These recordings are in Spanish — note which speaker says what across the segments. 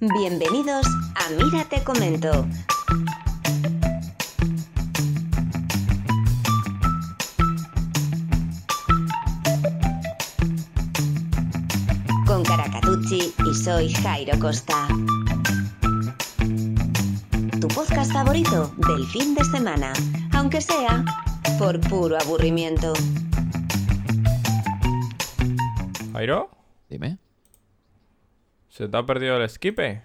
Speaker 1: Bienvenidos a Mira te comento. Con Caracatucci y soy Jairo Costa. Tu podcast favorito del fin de semana, aunque sea por puro aburrimiento.
Speaker 2: Jairo,
Speaker 3: Dime.
Speaker 2: ¿se te ha perdido el esquipe?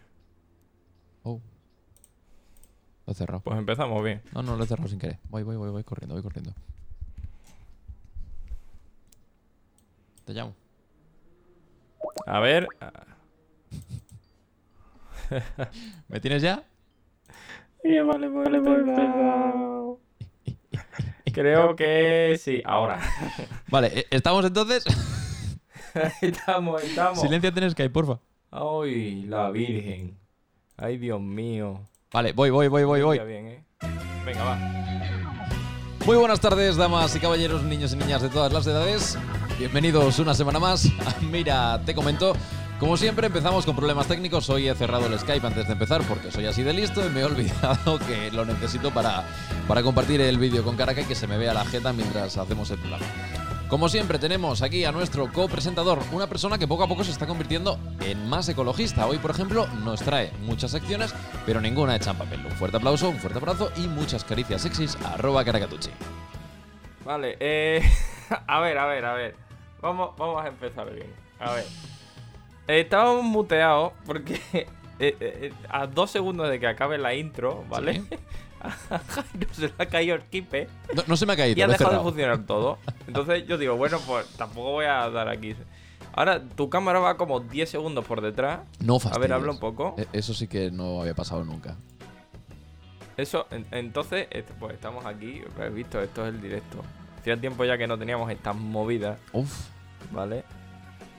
Speaker 3: Oh. Lo he cerrado.
Speaker 2: Pues empezamos bien.
Speaker 3: No, no, lo he cerrado sin querer. Voy, voy, voy, voy corriendo, voy corriendo. Te llamo.
Speaker 2: A ver, ah,
Speaker 3: ¿Me tienes ya?
Speaker 2: pues, creo que sí, ahora.
Speaker 3: Vale, e- ¿estamos entonces?
Speaker 2: estamos, estamos.
Speaker 3: Silenciate en Skype, porfa.
Speaker 2: Ay, la Virgen. Ay, Dios mío.
Speaker 3: Vale, voy, voy, voy, voy, voy.
Speaker 2: Está bien, ¿eh? Venga, va.
Speaker 3: Muy buenas tardes, damas y caballeros, niños y niñas de todas las edades. Bienvenidos una semana más. a Mira, te comento. Como siempre, empezamos con problemas técnicos. Hoy he cerrado el Skype antes de empezar porque soy así de listo y me he olvidado que lo necesito para, para compartir el vídeo con Caraca y que se me vea la jeta mientras hacemos el programa. Como siempre, tenemos aquí a nuestro copresentador, una persona que poco a poco se está convirtiendo en más ecologista. Hoy, por ejemplo, nos trae muchas secciones, pero ninguna hecha en papel. Un fuerte aplauso, un fuerte abrazo y muchas caricias sexys. Arroba Caracatucci.
Speaker 2: Vale, eh, a ver, a ver, a ver. Vamos, vamos a empezar bien. A ver. Eh, Estábamos muteados porque eh, eh, eh, a dos segundos de que acabe la intro, ¿vale?
Speaker 3: Sí.
Speaker 2: A Jairo se le ha caído el esquipe.
Speaker 3: No, no se me ha caído.
Speaker 2: y ha
Speaker 3: lo he
Speaker 2: dejado de
Speaker 3: cerrado.
Speaker 2: funcionar todo. Entonces yo digo, bueno, pues tampoco voy a dar aquí. Ahora tu cámara va como 10 segundos por detrás.
Speaker 3: No
Speaker 2: A
Speaker 3: fastidies.
Speaker 2: ver, habla un poco.
Speaker 3: E- Eso sí que no había pasado nunca.
Speaker 2: Eso, en- entonces, este, pues estamos aquí. He visto, esto es el directo. Hacía tiempo ya que no teníamos estas movidas,
Speaker 3: Uf.
Speaker 2: ¿vale?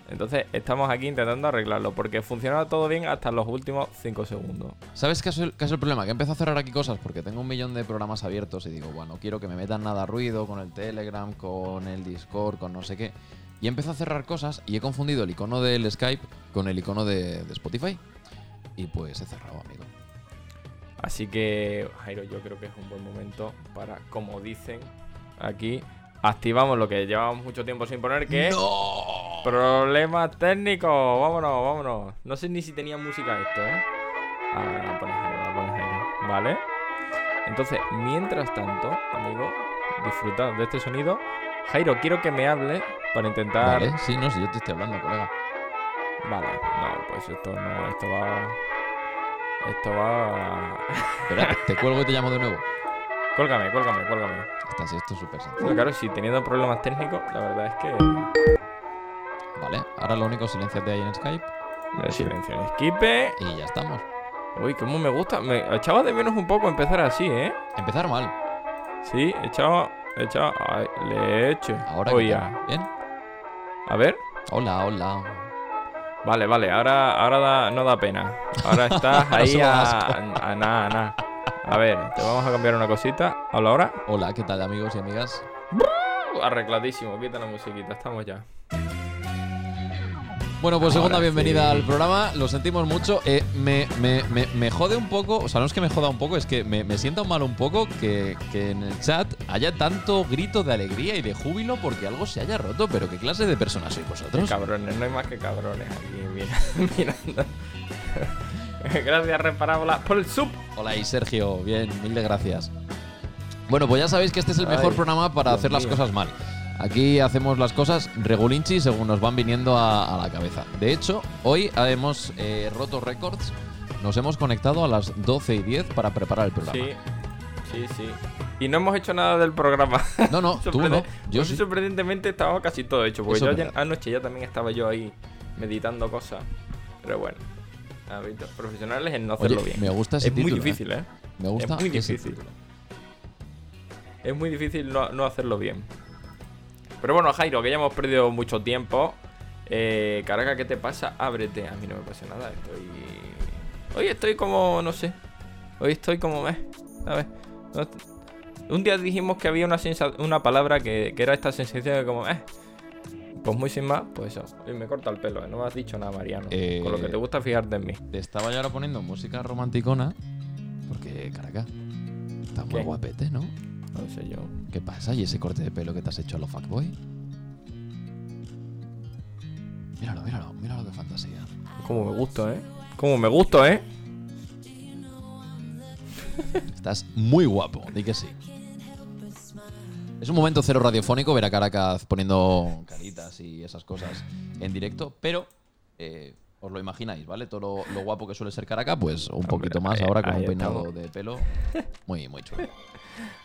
Speaker 2: Entonces estamos aquí intentando arreglarlo porque funcionaba todo bien hasta los últimos 5 segundos.
Speaker 3: ¿Sabes qué es, el, qué es el problema? Que empiezo a cerrar aquí cosas porque tengo un millón de programas abiertos y digo, bueno, quiero que me metan nada ruido con el Telegram, con el Discord, con no sé qué. Y empiezo a cerrar cosas y he confundido el icono del Skype con el icono de, de Spotify. Y pues he cerrado, amigo.
Speaker 2: Así que, Jairo, yo creo que es un buen momento para, como dicen aquí, activamos lo que llevamos mucho tiempo sin poner, que es
Speaker 3: ¡No!
Speaker 2: Problemas técnicos, vámonos, vámonos. No sé ni si tenía música esto, ¿eh? Ah, la pones ahí, la pones ahí. Vale. Entonces, mientras tanto, amigo, disfrutad de este sonido. Jairo, quiero que me hable para intentar.
Speaker 3: Vale, sí, no, si yo te estoy hablando, colega.
Speaker 2: Vale, no, pues esto no, esto va. Esto va.
Speaker 3: Espera, te cuelgo y te llamo de nuevo.
Speaker 2: Cuélgame, cuélgame, cuélgame.
Speaker 3: Está así, esto es súper sencillo.
Speaker 2: Pero claro, si teniendo problemas técnicos, la verdad es
Speaker 3: Eh,
Speaker 2: que.
Speaker 3: Vale, ahora lo único, silenciate ahí en Skype
Speaker 2: Silencio en esquipe.
Speaker 3: y ya estamos.
Speaker 2: Uy, cómo me gusta. Me echaba de menos un poco empezar así, ¿eh?
Speaker 3: Empezar mal.
Speaker 2: Sí, he echado. He echado. ay, leche.
Speaker 3: Ahora que
Speaker 2: Oye,
Speaker 3: tal? ¿Bien?
Speaker 2: A ver.
Speaker 3: Hola, hola.
Speaker 2: Vale, vale. Ahora, ahora da- no da pena. Ahora estás
Speaker 3: Ahora
Speaker 2: ahí
Speaker 3: somos
Speaker 2: a,
Speaker 3: asco.
Speaker 2: a nada, a nada. A ver, te vamos a cambiar una cosita. Habla ahora.
Speaker 3: Hola, ¿qué tal amigos y amigas?
Speaker 2: Uh, Arregladísimo. Quita la musiquita. Estamos ya.
Speaker 3: Bueno, pues segunda
Speaker 2: Ahora
Speaker 3: bienvenida
Speaker 2: sí.
Speaker 3: al programa. Lo sentimos mucho. Eh, me, me- me- me jode un poco, o sea, no es que me joda un poco, es que me, me sienta mal un poco que, que en el chat haya tanto grito de alegría y de júbilo porque algo se haya roto. Pero ¿qué clase de personas sois
Speaker 2: Qué
Speaker 3: vosotros?
Speaker 2: Cabrones. No hay más que cabrones aquí. Mira, mirando. Gracias, Reparábola, por el sub.
Speaker 3: Hola y Sergio, bien, mil de gracias. Bueno, pues ya sabéis que este es el mejor
Speaker 2: Ay,
Speaker 3: programa para
Speaker 2: Dios
Speaker 3: hacer las
Speaker 2: mío.
Speaker 3: cosas mal. Aquí hacemos las cosas regulinchi según nos van viniendo a, a la cabeza. De hecho, hoy hemos eh, roto récords. Nos hemos conectado a las 12 y 10 para preparar el programa.
Speaker 2: Sí. Sí, sí. Y no hemos hecho nada del programa.
Speaker 3: No, no, tú
Speaker 2: Sorprende-
Speaker 3: no. Yo
Speaker 2: pues
Speaker 3: sí.
Speaker 2: sorprendentemente estaba casi todo hecho, porque
Speaker 3: Eso
Speaker 2: yo
Speaker 3: es
Speaker 2: ayer-
Speaker 3: verdad.
Speaker 2: anoche ya también estaba yo ahí meditando cosas. Pero bueno, hábitos profesionales en no
Speaker 3: Oye,
Speaker 2: hacerlo bien.
Speaker 3: me gusta ese
Speaker 2: es muy
Speaker 3: título, ¿eh?
Speaker 2: difícil, ¿eh?
Speaker 3: Me gusta
Speaker 2: es muy
Speaker 3: ese
Speaker 2: difícil.
Speaker 3: título.
Speaker 2: Es muy difícil no, no hacerlo bien. Pero bueno, Jairo, que ya hemos perdido mucho tiempo. Eh, Caraca, ¿qué te pasa? Ábrete. A mí no me pasa nada. Estoy. Hoy estoy como. No sé. Hoy estoy como. Eh, a ver. no est- un día dijimos que había una, sensa- una palabra que, que era esta sensación de como. Eh, pues muy sin más, pues eso. Oye, me corta el pelo, ¿eh? no me has dicho nada, Mariano.
Speaker 3: Eh,
Speaker 2: Con lo que te gusta fijarte en mí.
Speaker 3: Te estaba yo ahora poniendo música romanticona. Porque, caraca, estás muy
Speaker 2: ¿Qué?
Speaker 3: guapete, ¿no?
Speaker 2: No sé yo.
Speaker 3: ¿Qué pasa? ¿Y ese corte de pelo que te has hecho a los fuckboy? Míralo, míralo, míralo qué fantasía.
Speaker 2: Como me gusto, ¿eh? Como me gusto, ¿eh?
Speaker 3: Estás muy guapo, di que sí. Es un momento cero radiofónico ver a Caracas poniendo caritas y esas cosas en directo, pero eh, os lo imagináis, ¿vale? Todo lo, lo guapo que suele ser Caracas, pues un poquito más
Speaker 2: ahí-
Speaker 3: ahora con
Speaker 2: ahí
Speaker 3: un peinado
Speaker 2: estamos.
Speaker 3: de pelo. Muy, muy chulo.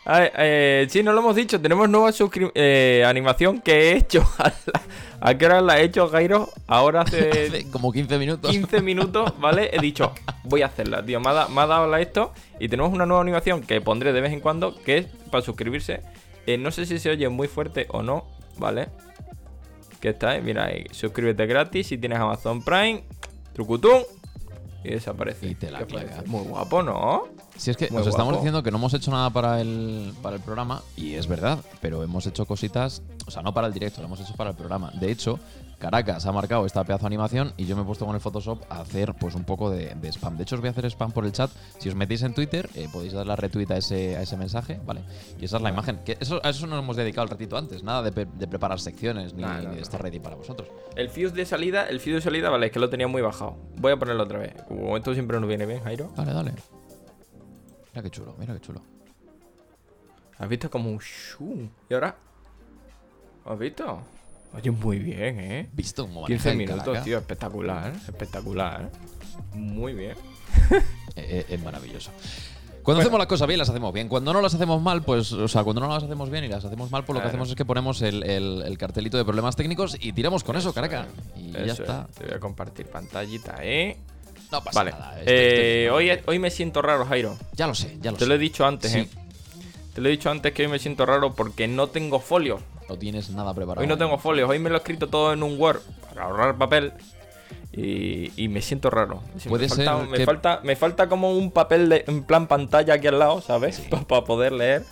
Speaker 2: A ver, eh, sí, no lo hemos dicho. Tenemos nueva suscri- eh, animación que he hecho. ¿A, la- a qué hora la he hecho, Jairo? Ahora hace
Speaker 3: Hace como 15 minutos.
Speaker 2: 15 minutos, ¿vale? He dicho, voy a hacerla, tío. Me ha, da- me ha dado la esto. Y tenemos una nueva animación que pondré de vez en cuando, que es para suscribirse. Eh, no sé si se oye muy fuerte o no, ¿vale? Que está ahí, mira ahí. Suscríbete gratis si tienes Amazon Prime. Trucutum. Y desaparece.
Speaker 3: Y te la
Speaker 2: ¿Qué parece?
Speaker 3: claca.
Speaker 2: Muy guapo, ¿no?
Speaker 3: Si es que
Speaker 2: Muy
Speaker 3: os estamos
Speaker 2: guapo.
Speaker 3: diciendo que no hemos hecho nada para el, para el programa, y es verdad, pero hemos hecho cositas, o sea, no para el directo, lo hemos hecho para el programa. De hecho, Caracas ha marcado esta pedazo de animación y yo me he puesto con el Photoshop a hacer pues un poco de, de spam. De hecho, os voy a hacer spam por el chat. Si os metéis en Twitter, eh, podéis darle retweet a ese, a ese mensaje, ¿vale? Y esa es la imagen. Que eso, a eso nos hemos dedicado el ratito antes, nada de, pe- de preparar secciones ni,
Speaker 2: Nah, nah,
Speaker 3: ni de
Speaker 2: nah.
Speaker 3: estar ready para vosotros.
Speaker 2: El fuse de salida, el fuse de salida, vale, es que lo tenía muy bajado. Voy a ponerlo otra vez. Como esto siempre nos viene bien, Jairo.
Speaker 3: Dale, dale. Mira qué chulo, mira qué chulo.
Speaker 2: ¿Has visto como un shoo? ¿Y ahora? ¿Has visto? Oye, muy bien, ¿eh?
Speaker 3: ¿Visto cómo
Speaker 2: 15
Speaker 3: maneja el
Speaker 2: minutos,
Speaker 3: Caracas?
Speaker 2: tío, espectacular, espectacular. Muy bien.
Speaker 3: Eh, eh, es maravilloso. Cuando hacemos las cosas bien, las hacemos bien. Cuando no las hacemos mal, pues, o sea, cuando no las hacemos bien y las hacemos mal, pues lo que
Speaker 2: Claro.
Speaker 3: hacemos es que ponemos el, el- el cartelito de problemas técnicos y tiramos con eso, caraca. Y ya
Speaker 2: Eso es.
Speaker 3: está.
Speaker 2: Te voy a compartir pantallita, ¿eh?
Speaker 3: No pasa
Speaker 2: Vale.
Speaker 3: nada. este, estoy-
Speaker 2: Eh,
Speaker 3: estoy-
Speaker 2: hoy, hoy me siento raro, Jairo.
Speaker 3: Ya lo sé, ya lo
Speaker 2: Te
Speaker 3: sé.
Speaker 2: lo he dicho antes,
Speaker 3: Sí.
Speaker 2: ¿eh? Te lo he dicho antes que hoy me siento raro porque no tengo folios.
Speaker 3: No tienes nada preparado.
Speaker 2: Hoy no tengo folios, hoy me lo he escrito todo en un Word para ahorrar papel y, y me siento raro. Si
Speaker 3: Puede
Speaker 2: me, falta,
Speaker 3: ser
Speaker 2: me,
Speaker 3: que-
Speaker 2: falta, me falta como un papel de- en plan pantalla aquí al lado, ¿sabes? Para poder leer.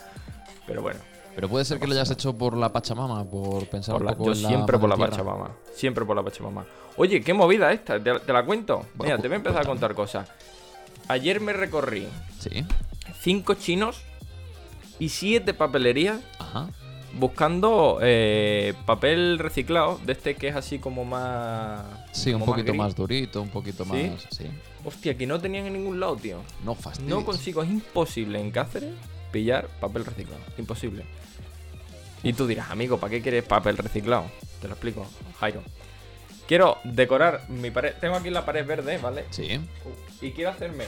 Speaker 2: Pero bueno,
Speaker 3: Pero puede ser que lo hayas hecho por la Pachamama, por pensar
Speaker 2: por
Speaker 3: un
Speaker 2: la-
Speaker 3: poco
Speaker 2: yo
Speaker 3: en la
Speaker 2: siempre por la
Speaker 3: madre tierra.
Speaker 2: Pachamama. Siempre por la Pachamama. Oye, qué movida esta, te, te la cuento. Mira,
Speaker 3: Bueno, cu-
Speaker 2: te voy a empezar a contar cosas. Ayer me recorrí
Speaker 3: Sí.
Speaker 2: cinco chinos y siete papelerías
Speaker 3: Ajá.
Speaker 2: buscando eh, papel reciclado de este que es así como más.
Speaker 3: Sí, un
Speaker 2: como
Speaker 3: poquito
Speaker 2: gris.
Speaker 3: más durito, un poquito
Speaker 2: ¿Sí?
Speaker 3: más. Sí.
Speaker 2: Hostia, que no tenían en ningún lado, tío.
Speaker 3: No fastidies.
Speaker 2: No consigo, es imposible en Cáceres pillar papel reciclado. Imposible. Y tú dirás, amigo, ¿para qué quieres papel reciclado? Te lo explico, Jairo. Quiero decorar mi pared. Tengo aquí la pared verde, ¿vale?
Speaker 3: Sí.
Speaker 2: Y quiero hacerme,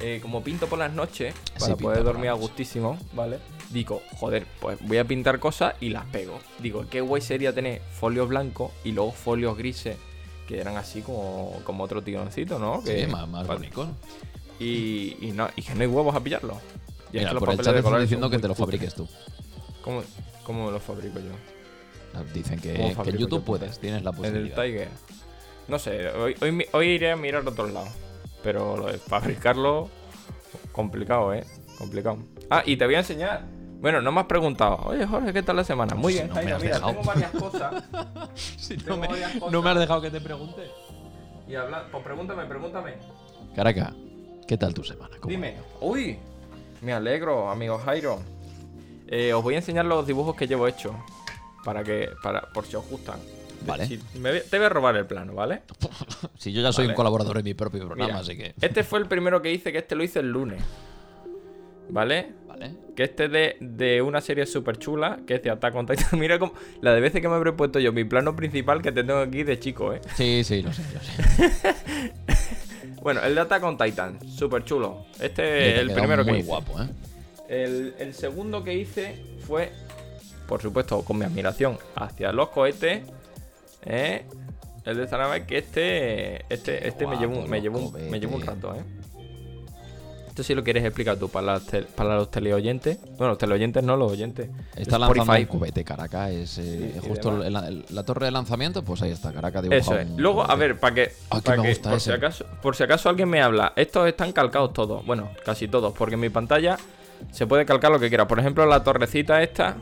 Speaker 2: eh, como pinto por las noches, para
Speaker 3: pinta
Speaker 2: poder
Speaker 3: por
Speaker 2: dormir a
Speaker 3: las noches.
Speaker 2: gustísimo, ¿vale? Digo, joder, pues voy a pintar cosas y las pego. Digo, qué guay sería tener folios blancos y luego folios grises, que eran así como, como otro tironcito, ¿no?
Speaker 3: Sí,
Speaker 2: Que-
Speaker 3: más, más
Speaker 2: pa-
Speaker 3: bonito.
Speaker 2: y, y no, y que no hay huevos a pillarlo. Y es
Speaker 3: Mira,
Speaker 2: que los
Speaker 3: por el
Speaker 2: papeles
Speaker 3: chat
Speaker 2: de
Speaker 3: están
Speaker 2: colores
Speaker 3: diciendo
Speaker 2: son
Speaker 3: que
Speaker 2: muy
Speaker 3: te lo
Speaker 2: cutres.
Speaker 3: fabriques tú.
Speaker 2: ¿Cómo, cómo lo fabrico yo?
Speaker 3: Dicen que,
Speaker 2: ¿Cómo
Speaker 3: Eh, que en
Speaker 2: fabrico
Speaker 3: YouTube
Speaker 2: yo?
Speaker 3: puedes, tienes la
Speaker 2: pues, En el
Speaker 3: posibilidad.
Speaker 2: Tiger. No sé, hoy, hoy, mi- hoy iré a mirar a otros lados. Pero lo de fabricarlo, complicado, ¿eh? Complicado. Ah, y te voy a enseñar. Bueno, no me has preguntado. Oye, Jorge, ¿qué tal la semana? Muy
Speaker 3: Si
Speaker 2: bien,
Speaker 3: no me
Speaker 2: Jairo,
Speaker 3: has
Speaker 2: mira,
Speaker 3: dejado.
Speaker 2: tengo varias cosas.
Speaker 3: no,
Speaker 2: Tengo
Speaker 3: me,
Speaker 2: varias cosas.
Speaker 3: no me has dejado que te pregunte.
Speaker 2: Y habla... Pues pregúntame, pregúntame.
Speaker 3: Caraca, ¿qué tal tu semana? ¿Cómo
Speaker 2: Dime.
Speaker 3: ha ido?
Speaker 2: Uy, me alegro, amigo Jairo. Eh, os voy a enseñar los dibujos que llevo hechos. Para que. Para, por si os gustan.
Speaker 3: Vale.
Speaker 2: Si- me voy- te voy a robar el plano, ¿vale?
Speaker 3: Si yo ya soy
Speaker 2: Vale.
Speaker 3: un colaborador en mi propio programa,
Speaker 2: Mira,
Speaker 3: así que.
Speaker 2: Este fue el primero que hice, que este lo hice el lunes. ¿Vale?
Speaker 3: Vale.
Speaker 2: Que este de, de una serie súper chula, que es de Attack on Titan. Mira como, la de veces que me habré puesto yo mi plano principal que te tengo aquí de chico, ¿eh?
Speaker 3: Sí, sí, lo sé, lo sé.
Speaker 2: Bueno, el de Attack on Titan, súper chulo.
Speaker 3: Oye,
Speaker 2: Este
Speaker 3: te
Speaker 2: es
Speaker 3: ha
Speaker 2: el
Speaker 3: quedado
Speaker 2: primero que
Speaker 3: Muy
Speaker 2: hice.
Speaker 3: guapo, ¿eh?
Speaker 2: El, el segundo que hice fue, por supuesto, con mi admiración hacia los cohetes. ¿eh? El de esta nave que este. Este,
Speaker 3: Qué
Speaker 2: este me
Speaker 3: guapo,
Speaker 2: llevó un, me
Speaker 3: los
Speaker 2: llevó un- me llevó un
Speaker 3: cohetes.
Speaker 2: rato, ¿eh? Esto sí lo quieres explicar tú para, las tel- para los teleoyentes. Bueno, los teleoyentes no, los oyentes.
Speaker 3: Está
Speaker 2: Spotify.
Speaker 3: lanzando un cubete, Caracas. Es eh,
Speaker 2: Sí, y
Speaker 3: justo
Speaker 2: demás.
Speaker 3: en la, en la torre de lanzamiento, pues ahí está, Caracas
Speaker 2: Eso
Speaker 3: dibujado.
Speaker 2: es.
Speaker 3: un
Speaker 2: Luego, a
Speaker 3: cubete.
Speaker 2: ver, para que,
Speaker 3: Ah, que
Speaker 2: para
Speaker 3: me
Speaker 2: que
Speaker 3: gusta
Speaker 2: por,
Speaker 3: ese.
Speaker 2: si acaso, por si acaso alguien me habla, estos están calcados todos. Bueno, casi todos, porque en mi pantalla se puede calcar lo que quiera. Por ejemplo, la torrecita esta.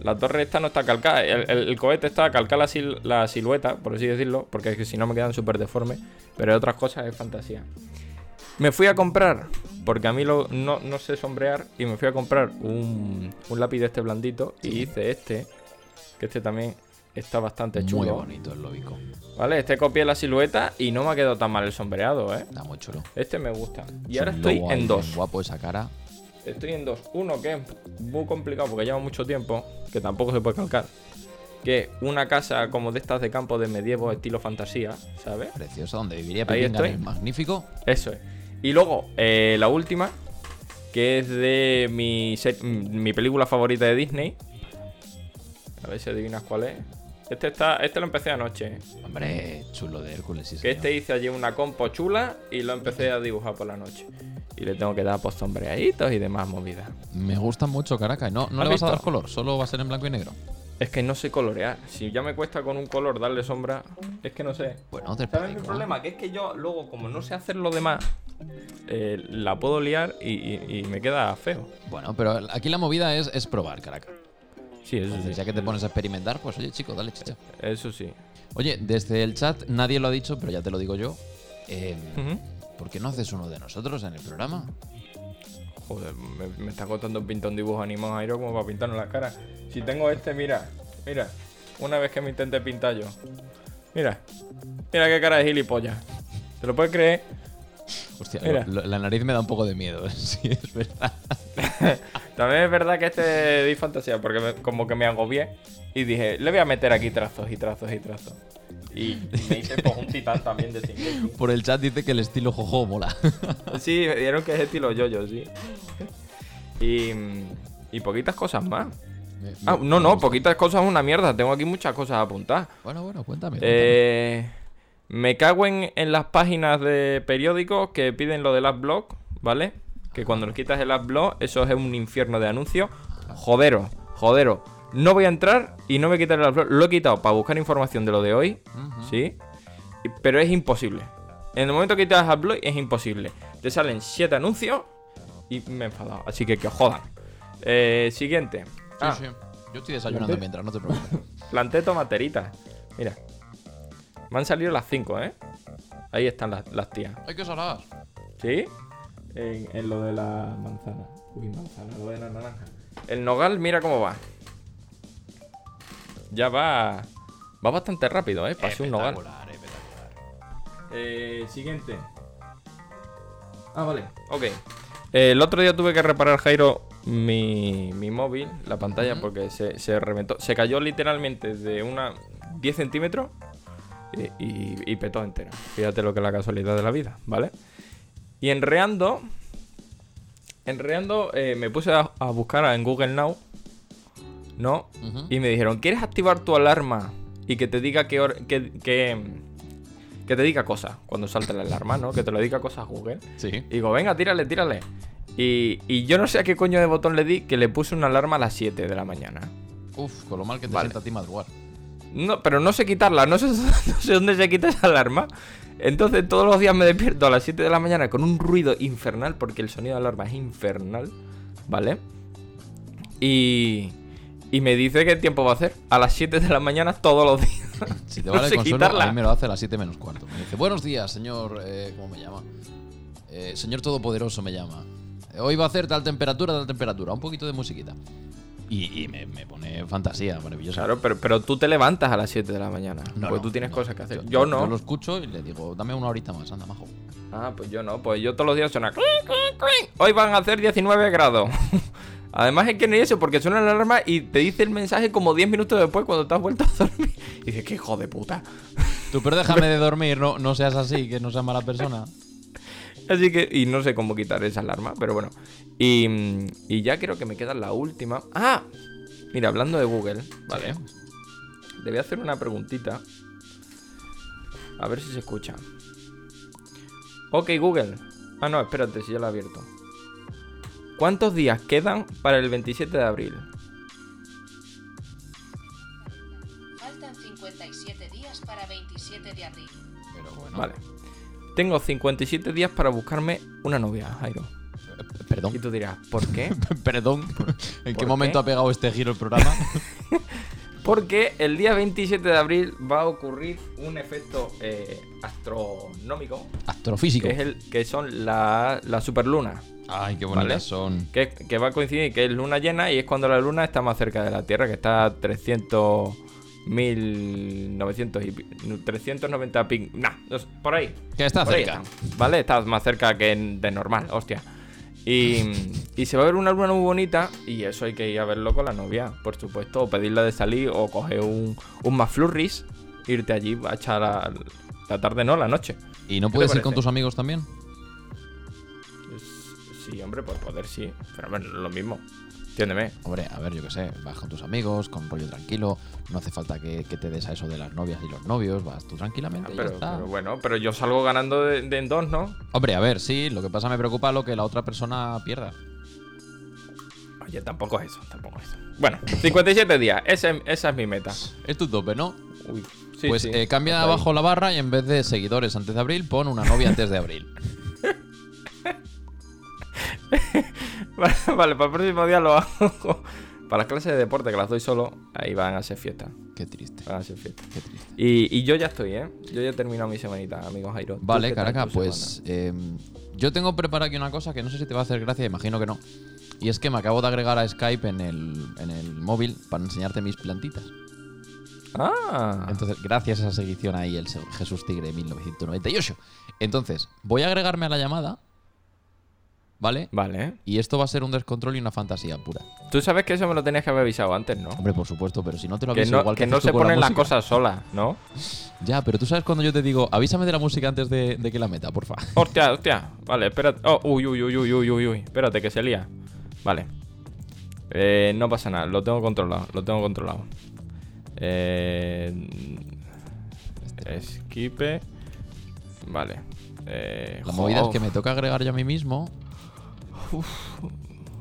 Speaker 2: La torre esta no está calcada. El, el- el cohete está calcada la, sil- la silueta, por así decirlo, porque es que si no me quedan súper deformes. Pero hay otras cosas es fantasía. Me fui a comprar, porque a mí lo- no, no sé sombrear, y me fui a comprar un, un lápiz de este blandito y hice este, que este también está bastante chulo.
Speaker 3: Muy bonito el lóbico.
Speaker 2: Vale, este copié la silueta y no me ha quedado tan mal el sombreado, ¿eh?
Speaker 3: Está muy chulo.
Speaker 2: Este me gusta. Y
Speaker 3: Es
Speaker 2: ahora
Speaker 3: un
Speaker 2: estoy
Speaker 3: lobo ahí
Speaker 2: en
Speaker 3: bien
Speaker 2: dos.
Speaker 3: Guapo esa cara.
Speaker 2: Estoy en dos. Uno que es muy complicado porque lleva mucho tiempo, que tampoco se puede calcar. Que una casa como de estas de campo de medievo estilo fantasía, ¿sabes?
Speaker 3: Precioso. Donde viviría
Speaker 2: Ahí
Speaker 3: Pepingan
Speaker 2: estoy.
Speaker 3: es magnífico.
Speaker 2: Eso es. Y luego, eh, la última, que es de mi, ser- mm, mi película favorita de Disney. A ver si adivinas cuál es. Este, está, este lo empecé anoche. ¿eh?
Speaker 3: Hombre, chulo de Hércules. Sí,
Speaker 2: Que
Speaker 3: señor.
Speaker 2: este hice allí una compo chula y lo empecé a dibujar por la noche. Y le tengo que dar pues sombreaditos y demás movidas.
Speaker 3: Me gusta mucho Caracas. No, no
Speaker 2: ¿Has
Speaker 3: le vas a dar
Speaker 2: visto?
Speaker 3: color, solo va a ser en blanco y negro.
Speaker 2: Es que no sé colorear. Si ya me cuesta con un color darle sombra, es que no sé.
Speaker 3: Bueno, te
Speaker 2: ¿Sabes mi problema? Que es que yo luego, como no sé hacer lo demás, eh, la puedo liar y, y- y me queda feo.
Speaker 3: Bueno, pero aquí la movida es, es probar, Caracas.
Speaker 2: Sí, eso
Speaker 3: Entonces,
Speaker 2: sí.
Speaker 3: ya que te pones a experimentar, pues oye, chico, dale chicha.
Speaker 2: Eso sí.
Speaker 3: Oye, desde el chat nadie lo ha dicho, pero ya te lo digo yo. Eh,
Speaker 2: Ujú.
Speaker 3: ¿Por qué no haces uno de nosotros en el programa?
Speaker 2: Joder, me, me está costando pintar un dibujo animado, Jairo, como para pintarnos las caras. Si tengo este, mira, mira. Una vez que me intenté pintar yo. Mira, mira qué cara de gilipollas. ¿Te lo puedes creer?
Speaker 3: Hostia,
Speaker 2: Mira.
Speaker 3: lo- lo- la nariz me da un poco de miedo, sí, es verdad.
Speaker 2: También es verdad que este di fantasía, porque me- como que me agobié y dije, le voy a meter aquí trazos y trazos y trazos. Y me hice pues, un titán también de Shingeki.
Speaker 3: Por el chat dice que el estilo jojo mola.
Speaker 2: Sí, me dieron que es estilo yo-yo, sí. Y, mm, y poquitas cosas más.
Speaker 3: Me- me-
Speaker 2: Ah, no,
Speaker 3: me
Speaker 2: no,
Speaker 3: gusta.
Speaker 2: poquitas cosas es una mierda. Tengo aquí muchas cosas apuntadas.
Speaker 3: Bueno, bueno, cuéntame. cuéntame.
Speaker 2: Eh, me cago en, en las páginas de periódicos que piden lo del adblock, ¿vale? Que cuando le quitas el adblock, eso es un infierno de anuncios. Jodero, jodero. No voy a entrar y no voy a quitar el adblock. Lo he quitado para buscar información de lo de hoy, ¿sí? Y- Pero es imposible. En el momento que quitas adblock es imposible. Te salen 7 anuncios y me he enfadado. Así que que os jodan. Eh, siguiente.
Speaker 3: Sí,
Speaker 2: Ah,
Speaker 3: sí. Yo estoy desayunando
Speaker 2: ¿Planté?
Speaker 3: mientras, no te preocupes.
Speaker 2: Planté tomateritas. Mira. Me han salido las 5, ¿eh? Ahí están las, las tías.
Speaker 3: Hay que salar.
Speaker 2: ¿Sí? En, en lo de la manzana. Uy, manzana, lo de la naranja. El nogal, mira cómo va. Ya va. Va bastante rápido, ¿eh? Pasé un nogal.
Speaker 3: Espectacular, espectacular.
Speaker 2: Eh, siguiente. Ah, vale. Ok. Eh, el otro día tuve que reparar, Jairo, mi, mi móvil, la pantalla, porque se, se reventó. Se cayó literalmente de una 10 centímetros y, y- y petó entera. Fíjate lo que es la casualidad de la vida, ¿vale? Y enreando, enreando, eh, me puse a, a buscar en Google Now, ¿no?
Speaker 3: Ujú.
Speaker 2: Y me dijeron, ¿quieres activar tu alarma y que te diga qué hora- que, que, que te diga cosas cuando salte la alarma, ¿no? Que te lo diga cosas Google.
Speaker 3: Sí.
Speaker 2: Y digo, venga, tírale, tírale. Y, y yo no sé a qué coño de botón le di que le puse una alarma a las 7 de la mañana.
Speaker 3: Uf, con lo mal que te
Speaker 2: Vale.
Speaker 3: sienta a ti madrugar.
Speaker 2: No, pero no sé quitarla, no sé, no sé dónde se quita esa alarma. Entonces todos los días me despierto a las 7 de la mañana con un ruido infernal, porque el sonido de alarma es infernal, ¿vale? Y, y me dice qué tiempo va a hacer. A las 7 de la mañana todos los días.
Speaker 3: Si te
Speaker 2: No
Speaker 3: vale el
Speaker 2: sé
Speaker 3: consuelo, a
Speaker 2: quitarla.
Speaker 3: mí me lo hace a las 7 menos cuarto. Me dice, buenos días, señor... eh, ¿Cómo me llama? Eh, señor Todopoderoso me llama. Eh, Hoy va a hacer tal temperatura, tal temperatura. Un poquito de musiquita. Y, y me, me pone fantasía, maravillosa.
Speaker 2: Claro, pero, pero tú te levantas a las 7 de la mañana.
Speaker 3: No,
Speaker 2: porque
Speaker 3: no,
Speaker 2: tú tienes
Speaker 3: no.
Speaker 2: cosas que hacer. Yo, no.
Speaker 3: Yo lo escucho y le digo, dame una horita más, anda, majo.
Speaker 2: Ah, pues yo no. Pues yo todos los días suena. "Cuic, cuic, cuic". Hoy van a hacer 19 grados. Además es que ni eso, porque suena la alarma y te dice el mensaje como 10 minutos después cuando te has vuelto a dormir. Y dices, qué hijo de puta.
Speaker 3: Tú, pero déjame de dormir, no, no seas así, que no seas mala persona.
Speaker 2: Así que, y no sé cómo quitar esa alarma, pero bueno. Y, mm, y ya creo que me queda la última. ¡Ah! Mira, hablando de Google, vale. Te voy a hacer una preguntita. A ver si se escucha. Ok, Google. Ah, no, espérate, si ya la he abierto. ¿Cuántos días quedan para el 27 de abril?
Speaker 4: Faltan 57 días para 27 de abril.
Speaker 3: Pero bueno.
Speaker 2: Vale. Tengo 57 días para buscarme una novia, Jairo.
Speaker 3: Eh,
Speaker 2: Y
Speaker 3: Perdón.
Speaker 2: tú dirás, ¿por qué?
Speaker 3: Perdón. ¿En
Speaker 2: por
Speaker 3: qué
Speaker 2: qué?
Speaker 3: momento ha pegado este giro el programa?
Speaker 2: Porque el día 27 de abril va a ocurrir un efecto eh, astronómico,
Speaker 3: Astrofísico.
Speaker 2: que, es el, que son la- las superlunas,
Speaker 3: Ay, qué bonitas
Speaker 2: Vale.
Speaker 3: son.
Speaker 2: que, es- que va a coincidir que es luna llena y es cuando la luna está más cerca de la Tierra, que está a 300... 1900 y pi- 390 ping, nah, los- por ahí,
Speaker 3: Que está
Speaker 2: Por ahí
Speaker 3: cerca.
Speaker 2: están, ¿Vale? Estás más cerca que en- de normal, hostia. Y, y se va a ver una luna muy bonita y eso hay que ir a verlo con la novia, por supuesto. O pedirla de salir o coger un, un McFlurries, irte allí a echar la, la tarde, no, la noche.
Speaker 3: ¿Y no
Speaker 2: ¿Qué te
Speaker 3: puedes ir con
Speaker 2: parece?
Speaker 3: tus amigos también?
Speaker 2: Sí, hombre, por poder sí. Pero bueno, lo mismo. Entiéndeme.
Speaker 3: Hombre, a ver, yo qué sé, vas con tus amigos, con rollo tranquilo, no hace falta que, que te des a eso de las novias y los novios, vas tú
Speaker 2: Ah,
Speaker 3: tranquilamente y ya
Speaker 2: pero,
Speaker 3: está.
Speaker 2: pero bueno, pero yo salgo ganando de, de en dos, ¿no?
Speaker 3: Hombre, a ver, sí, lo que pasa me preocupa lo que la otra persona pierda.
Speaker 2: Oye, tampoco es eso, tampoco es eso. Bueno, 57 días, esa, es- esa es mi meta.
Speaker 3: Es tu tope, ¿no?
Speaker 2: Uy, sí,
Speaker 3: pues
Speaker 2: sí,
Speaker 3: eh, cambia
Speaker 2: está ahí.
Speaker 3: abajo la barra y en vez de seguidores antes de abril, pon una novia antes de abril.
Speaker 2: Vale, vale, para el próximo día lo hago. Para las clases de deporte que las doy solo, ahí van a ser fiesta.
Speaker 3: Qué triste,
Speaker 2: Van a ser fiesta.
Speaker 3: qué triste.
Speaker 2: Y, y yo ya estoy, ¿eh? Yo ya he terminado mi semanita, amigo Jairo. ¿Tú
Speaker 3: Vale,
Speaker 2: qué tal
Speaker 3: Caraca,
Speaker 2: tu
Speaker 3: pues eh, yo tengo preparada aquí una cosa que no sé si te va a hacer gracia, imagino que no. Y es que me acabo de agregar a Skype en el, en el móvil para enseñarte mis plantitas.
Speaker 2: semana? Ah,
Speaker 3: Entonces, gracias a esa seguición ahí, el se- Jesús Tigre 1998. Entonces, voy a agregarme a la llamada, ¿vale?
Speaker 2: vale.
Speaker 3: Y esto va a ser un descontrol y una fantasía pura.
Speaker 2: Tú sabes que eso me lo tenías que haber avisado antes, ¿no?
Speaker 3: Hombre, por supuesto, pero si no te lo
Speaker 2: Que
Speaker 3: aviso,
Speaker 2: no,
Speaker 3: igual que,
Speaker 2: que
Speaker 3: haces
Speaker 2: no
Speaker 3: tú
Speaker 2: se
Speaker 3: con la
Speaker 2: ponen las
Speaker 3: música.
Speaker 2: cosas solas, ¿no?
Speaker 3: Ya, pero tú sabes cuando yo te digo, avísame de la música antes de, de que la meta, porfa.
Speaker 2: Hostia, hostia. Vale, espérate. Oh, uy, uy, uy, uy, uy, uy, uy. Espérate, que se lía. Vale. Eh, no pasa nada, lo tengo controlado, lo tengo controlado. Eh, esquipe. Vale. Eh,
Speaker 3: La
Speaker 2: jo-
Speaker 3: movida es que me toca agregar yo a mí mismo.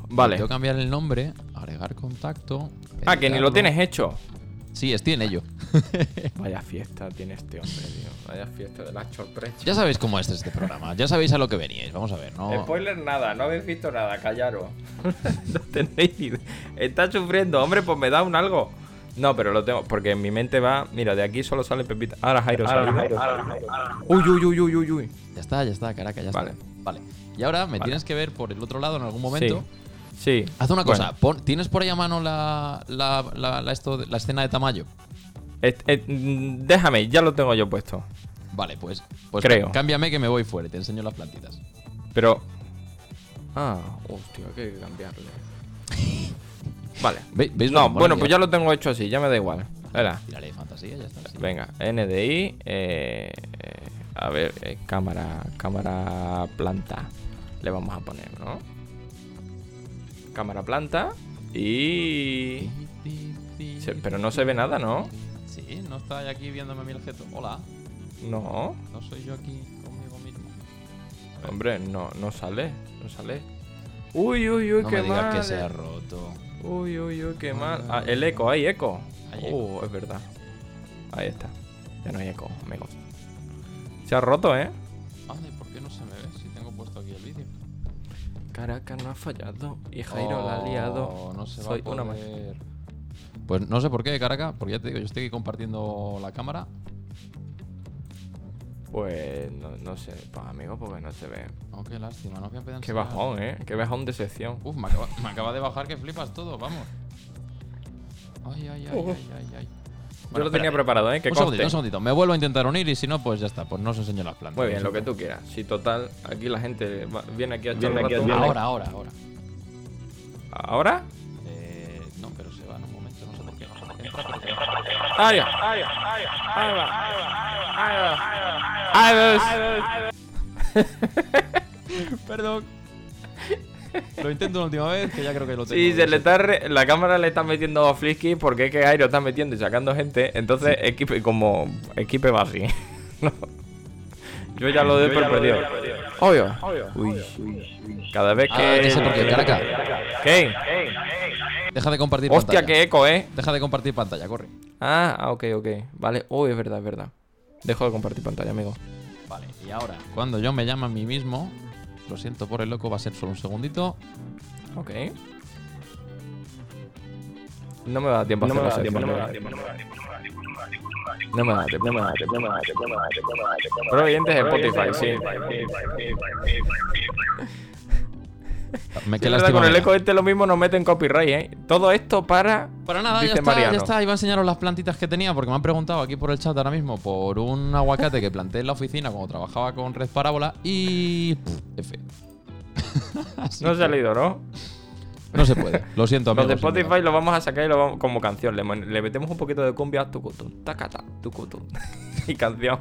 Speaker 2: Vale.
Speaker 3: Tengo que cambiar el nombre, agregar contacto.
Speaker 2: Ah, que ni
Speaker 3: editarlo.
Speaker 2: lo tienes hecho.
Speaker 3: Sí, estoy en ello.
Speaker 2: Vaya fiesta tiene este hombre, tío. Vaya fiesta de las sorpresas.
Speaker 3: Ya sabéis cómo es este programa, ya sabéis a lo que veníais. Vamos a ver, ¿no?
Speaker 2: Spoiler nada, no habéis visto nada, callaros. Oh. no tenéis ni idea. Está sufriendo, hombre, pues me da un algo. No, pero lo tengo, porque en mi mente va. Mira, de aquí solo sale Pepita. Ahora Jairo sale. Uy, uy, uy, uy, uy, uy.
Speaker 3: Ya está, ya está, caraca, ya
Speaker 2: Vale.
Speaker 3: está. Vale. Y ahora me tienes que ver por el otro lado en algún momento.
Speaker 2: Sí. sí.
Speaker 3: Haz una cosa,
Speaker 2: Bueno,
Speaker 3: pon- ¿tienes por ahí a mano la, la, la- la esto, de- la escena de Tamayo?
Speaker 2: et- et- mm, déjame, ya lo tengo yo puesto.
Speaker 3: Vale, pues, pues
Speaker 2: Creo.
Speaker 3: cámbiame que me voy fuera, y te enseño las plantitas.
Speaker 2: Pero. Ah, hostia, hay que cambiarle. vale.
Speaker 3: Ve- ¿Veis lo
Speaker 2: No,
Speaker 3: que mola,
Speaker 2: bueno, pues
Speaker 3: tío?
Speaker 2: ya lo tengo hecho así, ya me da igual. Era.
Speaker 3: Tírale de fantasía, ya está. sí.
Speaker 2: Venga, NDI. eh, eh, a ver, eh, cámara, cámara planta. Le vamos a poner, ¿no? Cámara planta. Y. se- pero no se ve nada, ¿no?
Speaker 3: Sí, no está aquí viéndome mi objeto. Hola,
Speaker 2: No.
Speaker 3: no soy yo aquí conmigo mismo.
Speaker 2: Hombre, no, no sale. No sale. Uy, uy, uy,
Speaker 3: no
Speaker 2: qué
Speaker 3: me digas
Speaker 2: mal.
Speaker 3: que se ha roto.
Speaker 2: Uy, uy, uy, qué mal. Ah, el eco, hay eco.
Speaker 3: Hay
Speaker 2: oh, es verdad. Ahí está. Ya no hay eco, amigos. Se ha roto, ¿eh?
Speaker 3: Anda, ¿y por qué no se me ve si tengo puesto aquí el vídeo?
Speaker 2: Caracas no ha fallado y Jairo la ha liado.
Speaker 3: Oh, No se va
Speaker 2: Soy
Speaker 3: a
Speaker 2: una ma-
Speaker 3: poder. Pues no sé por qué, Caraca, porque ya te digo, yo estoy aquí compartiendo la cámara.
Speaker 2: Pues no, no sé, pues amigo, porque no se ve.
Speaker 3: Oh, qué lástima, no voy a pedir
Speaker 2: Qué
Speaker 3: enseñar.
Speaker 2: bajón, eh. Qué bajón de sección.
Speaker 3: Uf, me acaba, me acaba de bajar que flipas todo, vamos. Ay, ay, ay, ay, ay, ay.
Speaker 2: Yo lo tenía preparado, eh. Que
Speaker 3: un segundito,
Speaker 2: conste.
Speaker 3: un segundito. Me vuelvo a intentar unir y si no, pues ya está. Pues no os enseño las plantas.
Speaker 2: Muy bien, lo que tú quieras. Si total, aquí la gente va- viene aquí a echar
Speaker 5: Viene
Speaker 2: un
Speaker 5: aquí a
Speaker 2: rato.
Speaker 5: echar-
Speaker 2: ¿Ahora?
Speaker 3: Ahora, ahora, ahora.
Speaker 2: ¿Ahora?
Speaker 3: Eh, no, pero se va en un momento, no sé por qué. Entra, pero se va.
Speaker 2: ¡Ahí va! ¡Ahí va! ¡Ahí va! ¡Ahí va! ¡Ahí va!
Speaker 3: Perdón. Lo intento una última vez, que ya creo que lo tengo.
Speaker 2: Sí, se le está re- la cámara le está metiendo a Flisky porque es que Airo está metiendo y sacando gente. Entonces, equipe como. Equipe baji. No. Yo ya lo doy por perdido. Obvio. Uy, Cada vez que.
Speaker 3: Ah, ya sé por
Speaker 2: eh,
Speaker 3: qué, Caraca.
Speaker 2: ¿Qué?
Speaker 3: Deja de compartir
Speaker 2: eh. Hostia,
Speaker 3: pantalla.
Speaker 2: qué eco, eh.
Speaker 3: Deja de compartir pantalla, corre.
Speaker 2: Ah, ah, ok, ok. Vale. Uy, es verdad, es verdad. Dejo de compartir pantalla, amigo.
Speaker 3: Vale, y ahora, cuando yo me llamo a mí mismo, Lo siento por el loco, va a ser solo un segundito.
Speaker 2: Ok. No me da tiempo a
Speaker 5: No me
Speaker 2: hacer
Speaker 5: da
Speaker 2: la
Speaker 5: tiempo, no
Speaker 2: sección,
Speaker 5: me da
Speaker 2: ¿eh?
Speaker 5: tiempo, no me da tiempo.
Speaker 2: No me da tiempo.
Speaker 5: No me da tiempo, no me da tiempo, no me da tiempo, no me da tiempo.
Speaker 2: Pero oyentes de Spotify,
Speaker 5: Spotify,
Speaker 2: sí.
Speaker 5: sí.
Speaker 3: Me
Speaker 2: Que
Speaker 3: quedé
Speaker 2: la verdad, con el eco este lo mismo nos meten copyright, ¿eh? Todo esto para.
Speaker 3: Para nada, ya
Speaker 2: Dice
Speaker 3: está,
Speaker 2: Mariano.
Speaker 3: ya está. Iba a enseñaros las plantitas que tenía porque me han preguntado aquí por el chat ahora mismo por un aguacate que planté en la oficina cuando trabajaba con Red Parábola y. pff, F. Así
Speaker 2: No se ha
Speaker 3: que
Speaker 2: leído, ¿no?
Speaker 3: No se puede. Lo siento, amigos.
Speaker 2: Los de
Speaker 3: en verdad.
Speaker 2: Spotify lo vamos a sacar y lo vamos como canción. Le, mon- le metemos un poquito de cumbia a tucutun, tacata, tucutun. y canción.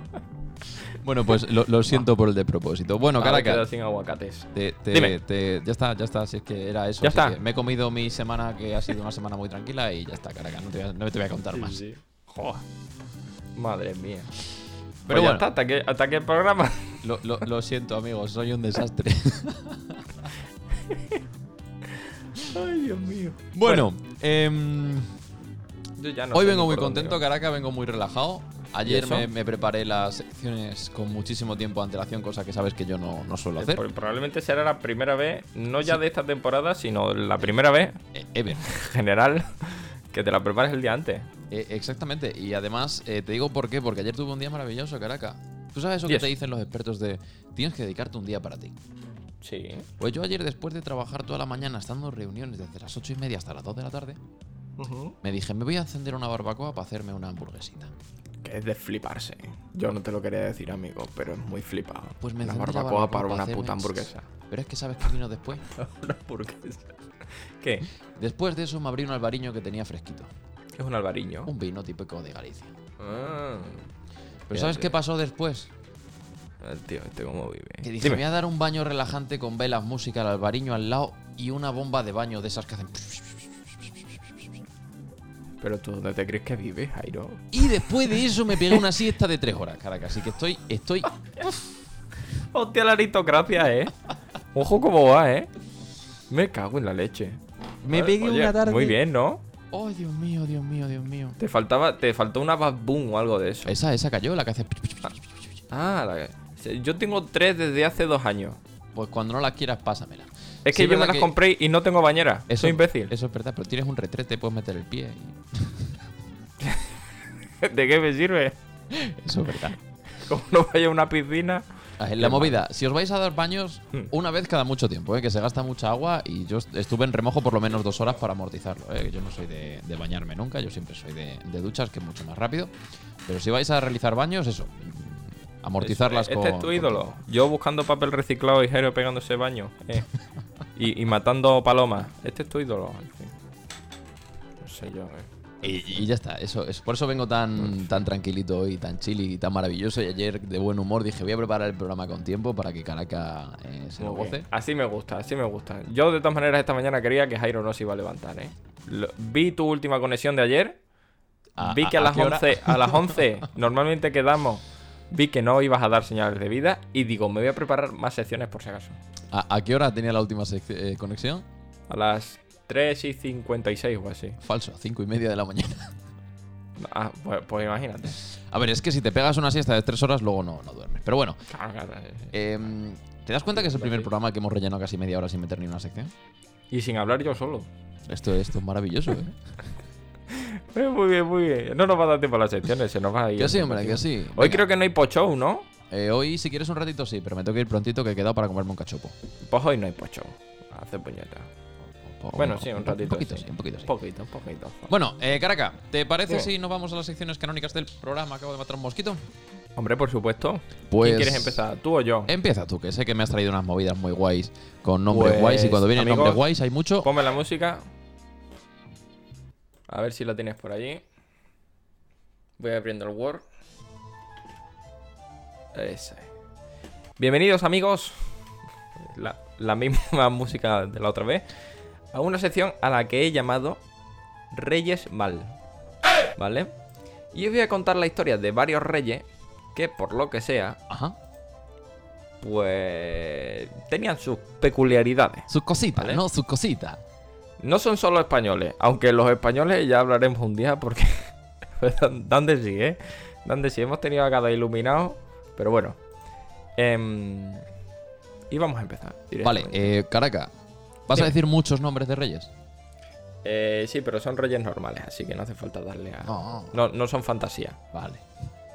Speaker 3: Bueno, pues lo, lo siento por el despropósito. Bueno,
Speaker 2: Ahora queda
Speaker 3: Caracas.
Speaker 2: sin aguacates.
Speaker 3: Te, te-
Speaker 2: Dime.
Speaker 3: te- ya está, ya está. Si es que era eso.
Speaker 2: Ya
Speaker 3: si es
Speaker 2: está.
Speaker 3: que me he comido mi semana que ha sido una semana muy tranquila y ya está, Caracas. No te voy a, no te voy a contar más.
Speaker 2: Joder. Madre mía.
Speaker 3: Pero
Speaker 2: Pero ya
Speaker 3: bueno.
Speaker 2: está, hasta aquí, hasta aquí el programa.
Speaker 3: Lo, lo- lo siento, amigos. Soy un desastre.
Speaker 2: Ay, Dios mío.
Speaker 3: bueno, em,
Speaker 2: Yo ya no
Speaker 3: Hoy
Speaker 2: sé
Speaker 3: vengo
Speaker 2: ni
Speaker 3: muy
Speaker 2: por dónde
Speaker 3: contento,
Speaker 2: va.
Speaker 3: Caracas, vengo muy relajado. Ayer
Speaker 2: eso?
Speaker 3: me, me preparé las secciones con muchísimo tiempo de antelación, cosa que sabes que yo no, no suelo hacer.
Speaker 2: Eh, Por- Probablemente será la primera vez, no ya de esta temporada, sino la primera vez
Speaker 3: Eh, Ever.
Speaker 2: general que te la prepares el día antes.
Speaker 3: Eh, exactamente. Y además, eh, te digo por qué, porque ayer tuve un día maravilloso, Caracas. Tú sabes eso que
Speaker 2: Yes.
Speaker 3: te dicen los expertos de tienes que dedicarte un día para ti.
Speaker 2: Sí.
Speaker 3: Pues yo ayer, después de trabajar toda la mañana, estando en reuniones desde las 8 y media hasta las 2 de la tarde, me dije, me voy a encender una barbacoa para hacerme una hamburguesita.
Speaker 2: Que es de fliparse. Yo no te lo quería decir, amigo, pero es muy flipado.
Speaker 3: Pues me
Speaker 2: una
Speaker 3: encendí la
Speaker 2: barbacoa para una
Speaker 3: hacerme-
Speaker 2: puta hamburguesa.
Speaker 3: Pero es que sabes qué vino después.
Speaker 2: una hamburguesa. ¿Qué?
Speaker 3: Después de eso me abrí un albariño que tenía fresquito.
Speaker 2: Es un albariño.
Speaker 3: Un vino típico de Galicia.
Speaker 2: Ah.
Speaker 3: Pero ¿sabes
Speaker 2: Fíjate.
Speaker 3: qué pasó después?
Speaker 2: Ah, Tío, este cómo vive.
Speaker 3: Que dije,
Speaker 2: Dime.
Speaker 3: me voy a dar un baño relajante con velas, música, el albariño al lado y una bomba de baño de esas que hacen...
Speaker 2: Pero tú, ¿dónde te crees que vives, Jairo?
Speaker 3: Y después de eso me pegué una siesta de tres horas, caraca. Así que estoy... estoy
Speaker 2: Hostia, la aristocracia, eh. Ojo cómo va, eh. Me cago en la leche.
Speaker 3: Me
Speaker 2: Vale,
Speaker 3: pegué
Speaker 2: oye,
Speaker 3: una tarde...
Speaker 2: Muy bien, ¿no?
Speaker 3: ¡Oh, Dios mío, Dios mío, Dios mío!
Speaker 2: Te faltaba, te faltó una Bad Boom o algo de eso.
Speaker 3: Esa, esa cayó, la que hace...
Speaker 2: Ah, la- yo tengo tres desde hace dos años.
Speaker 3: Pues cuando no las quieras, pásamela.
Speaker 2: Es que
Speaker 3: Sí,
Speaker 2: yo me
Speaker 3: verdad
Speaker 2: las compré y no tengo bañera. Soy imbécil.
Speaker 3: Eso es verdad, pero tienes un retrete, puedes meter el pie. y-
Speaker 2: ¿De qué me sirve?
Speaker 3: Eso es verdad.
Speaker 2: Como no vaya a una piscina.
Speaker 3: Ah, La movida, si os vais a dar baños
Speaker 2: Hmm.
Speaker 3: una vez cada mucho tiempo, ¿eh? que se gasta mucha agua y yo est- estuve en remojo por lo menos dos horas para amortizarlo. ¿eh? Yo no soy de, de bañarme nunca, yo siempre soy de, de duchas, que es mucho más rápido. Pero si vais a realizar baños, eso, mm, amortizarlas
Speaker 2: este
Speaker 3: con.
Speaker 2: es tu
Speaker 3: con-
Speaker 2: ídolo. Yo buscando papel reciclado y Jairo pegándose baño. eh. y, y matando palomas. Este es tu ídolo. en fin. No sé yo, eh.
Speaker 3: Y, y ya está, eso, es por eso vengo
Speaker 2: Pues.
Speaker 3: tan, tan tranquilito hoy, tan chill y tan maravilloso. Y ayer, de buen humor, dije: Voy a preparar el programa con tiempo para que Caraca eh, se lo
Speaker 2: Muy bien.
Speaker 3: goce.
Speaker 2: Así me gusta, así me gusta. Yo de todas maneras esta mañana quería que Jairo no se iba a levantar, eh. Lo- vi tu última conexión de ayer.
Speaker 3: A-
Speaker 2: Vi que a, las
Speaker 3: qué hora?
Speaker 2: 11, a las 11 normalmente quedamos. Vi que no ibas a dar señales de vida y digo, me voy a preparar más secciones por si acaso.
Speaker 3: ¿A, a qué hora tenía la última sec- eh, conexión?
Speaker 2: A las 3 y 56 o así.
Speaker 3: Falso, a cinco y media de la mañana.
Speaker 2: Ah, pues, pues imagínate.
Speaker 3: A ver, es que si te pegas una siesta de tres horas, luego no, no duermes. Pero bueno,
Speaker 2: Claro, claro, sí, sí.
Speaker 3: em, ¿te das cuenta que es el primer programa que hemos rellenado casi media hora sin meter ni una sección?
Speaker 2: Y sin hablar yo solo.
Speaker 3: Esto, esto es maravilloso, ¿eh?
Speaker 2: Eh, muy bien, muy bien. No nos va a dar tiempo a las secciones, se nos va a ir.
Speaker 3: Que
Speaker 2: el
Speaker 3: sí,
Speaker 2: tiempo
Speaker 3: hombre, que
Speaker 2: encima.
Speaker 3: sí.
Speaker 2: Hoy
Speaker 3: Venga,
Speaker 2: creo que no hay pochow, ¿no?
Speaker 3: eh, hoy, si quieres un ratito, sí, pero me tengo que ir prontito que he quedado para comerme un cachopo.
Speaker 2: Pues hoy no hay pochow. Hace puñeta.
Speaker 3: O- o-
Speaker 2: Bueno,
Speaker 3: o-
Speaker 2: sí, un
Speaker 3: un
Speaker 2: ratito.
Speaker 3: poquito sí, un poquito sí.
Speaker 2: Poquito, un poquito.
Speaker 3: Bueno, eh, Caraca, ¿te parece
Speaker 2: Bien.
Speaker 3: si nos vamos a las secciones canónicas del programa? Acabo de matar un mosquito.
Speaker 2: Hombre, por supuesto.
Speaker 3: Pues-
Speaker 2: ¿Quién quieres empezar? ¿Tú o yo?
Speaker 3: Empieza tú, que sé que me has traído unas movidas muy guays con nombres
Speaker 2: Pues,
Speaker 3: guays y cuando vienen
Speaker 2: amigos,
Speaker 3: nombres guays hay mucho.
Speaker 2: Ponme la música. A ver si la tienes por allí. Voy abriendo el Word. Ese. Bienvenidos amigos. La, la misma música de la otra vez. A una sección a la que he llamado Reyes Mal. ¿Vale? Y os voy a contar la historia de varios reyes que por lo que sea,
Speaker 3: Ajá.
Speaker 2: pues tenían sus peculiaridades.
Speaker 3: Sus cositas,
Speaker 2: Vale.
Speaker 3: ¿no? Sus cositas.
Speaker 2: No son solo españoles, aunque los españoles ya hablaremos un día porque pues, dan dan de sí, ¿eh? Dan de sí, hemos tenido a cada iluminado, pero bueno. Em, Y vamos a empezar.
Speaker 3: Vale,
Speaker 2: directamente.
Speaker 3: eh, Caraca, ¿vas a
Speaker 2: pues. Dime.
Speaker 3: decir muchos nombres de reyes?
Speaker 2: Eh, sí, pero son reyes normales, así que no hace falta darle a.
Speaker 3: No.
Speaker 2: No, no son fantasía.
Speaker 3: Vale.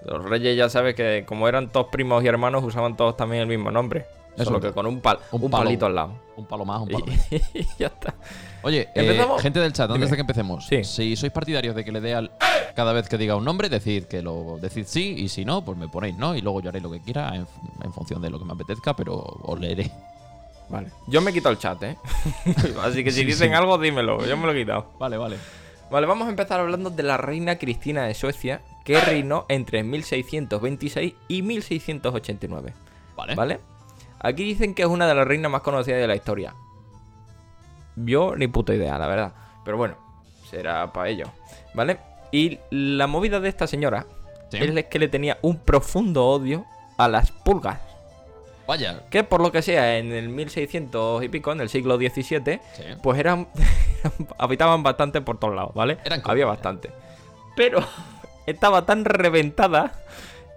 Speaker 2: Los reyes ya sabes que como eran todos primos y hermanos, usaban todos también el mismo nombre.
Speaker 3: Es
Speaker 2: solo
Speaker 3: un-
Speaker 2: que con un, pal,
Speaker 3: un
Speaker 2: un,
Speaker 3: palo.
Speaker 2: palito al lado.
Speaker 3: Un palo más, un
Speaker 2: Y,
Speaker 3: palo menos.
Speaker 2: y ya está.
Speaker 3: Oye, eh,
Speaker 2: ¿Empezamos?
Speaker 3: gente del chat, antes
Speaker 2: Dime.
Speaker 3: de que empecemos,
Speaker 2: Sí.
Speaker 3: si sois partidarios de que le dé al cada vez que diga un nombre, decid que lo decid sí y si no, pues me ponéis no y luego yo haré lo que quiera en, en función de lo que me apetezca, pero os leeré.
Speaker 2: Vale. Yo me quito el chat, ¿eh? así que si
Speaker 3: Sí,
Speaker 2: dicen
Speaker 3: sí.
Speaker 2: algo, dímelo. Yo me lo he quitado.
Speaker 3: Vale, vale.
Speaker 2: Vale, vamos a empezar hablando de la reina Cristina de Suecia, que reinó entre 1626 y 1689.
Speaker 3: Vale.
Speaker 2: ¿Vale? Aquí dicen que es una de las reinas más conocidas de la historia. Yo ni puta idea, la verdad. Pero bueno, será para ello. ¿Vale? Y la movida de esta señora
Speaker 3: Sí.
Speaker 2: es que le tenía un profundo odio a las pulgas.
Speaker 3: Vaya.
Speaker 2: Que por lo que sea, en el 1600 y pico, en el siglo XVII,
Speaker 3: Sí.
Speaker 2: pues eran. habitaban bastante por todos lados, ¿vale?
Speaker 3: Eran
Speaker 2: Había
Speaker 3: comunes.
Speaker 2: bastante. Pero estaba tan reventada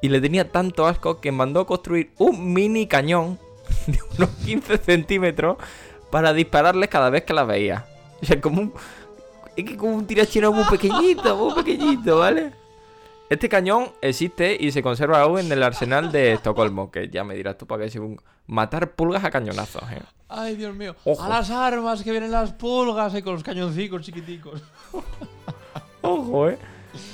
Speaker 2: y le tenía tanto asco que mandó construir un mini cañón de unos 15 centímetros para dispararles cada vez que las veía. O sea, como un. Es que como un tirachino muy pequeñito, muy pequeñito, ¿vale? Este cañón existe y se conserva aún en el arsenal de Estocolmo, que ya me dirás tú para qué sirve un- matar pulgas a cañonazos, ¿eh?
Speaker 3: Ay, Dios mío.
Speaker 2: Ojo.
Speaker 3: A las armas que vienen las pulgas y con los cañoncicos chiquiticos.
Speaker 2: Ojo, eh.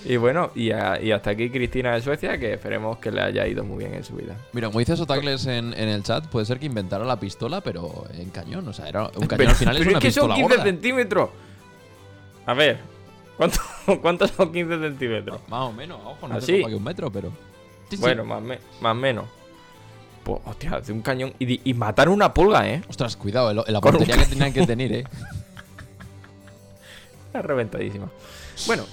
Speaker 2: Y bueno, y, a- y hasta aquí Cristina de Suecia, que esperemos que le haya ido muy bien en su vida.
Speaker 3: Mira, como dice Sotacles en, en el chat, puede ser que inventara la pistola, pero en cañón. O sea, era un cañón
Speaker 2: Pero-
Speaker 3: al final
Speaker 2: pero
Speaker 3: es una
Speaker 2: es que son
Speaker 3: pistola
Speaker 2: 15
Speaker 3: gorda.
Speaker 2: centímetros. A ver, ¿cuánto- ¿cuántos son 15 centímetros?
Speaker 3: Más o menos, ojo, no
Speaker 2: Así.
Speaker 3: sé que un metro, pero. Sí, sí.
Speaker 2: Bueno, más o más menos. Pues, hostia, de un cañón. Y, di- y matar una pulga, ¿eh?
Speaker 3: Ostras, cuidado, el- la
Speaker 2: Con un
Speaker 3: portería que tenían que tener, eh.
Speaker 2: Está reventadísima. Bueno,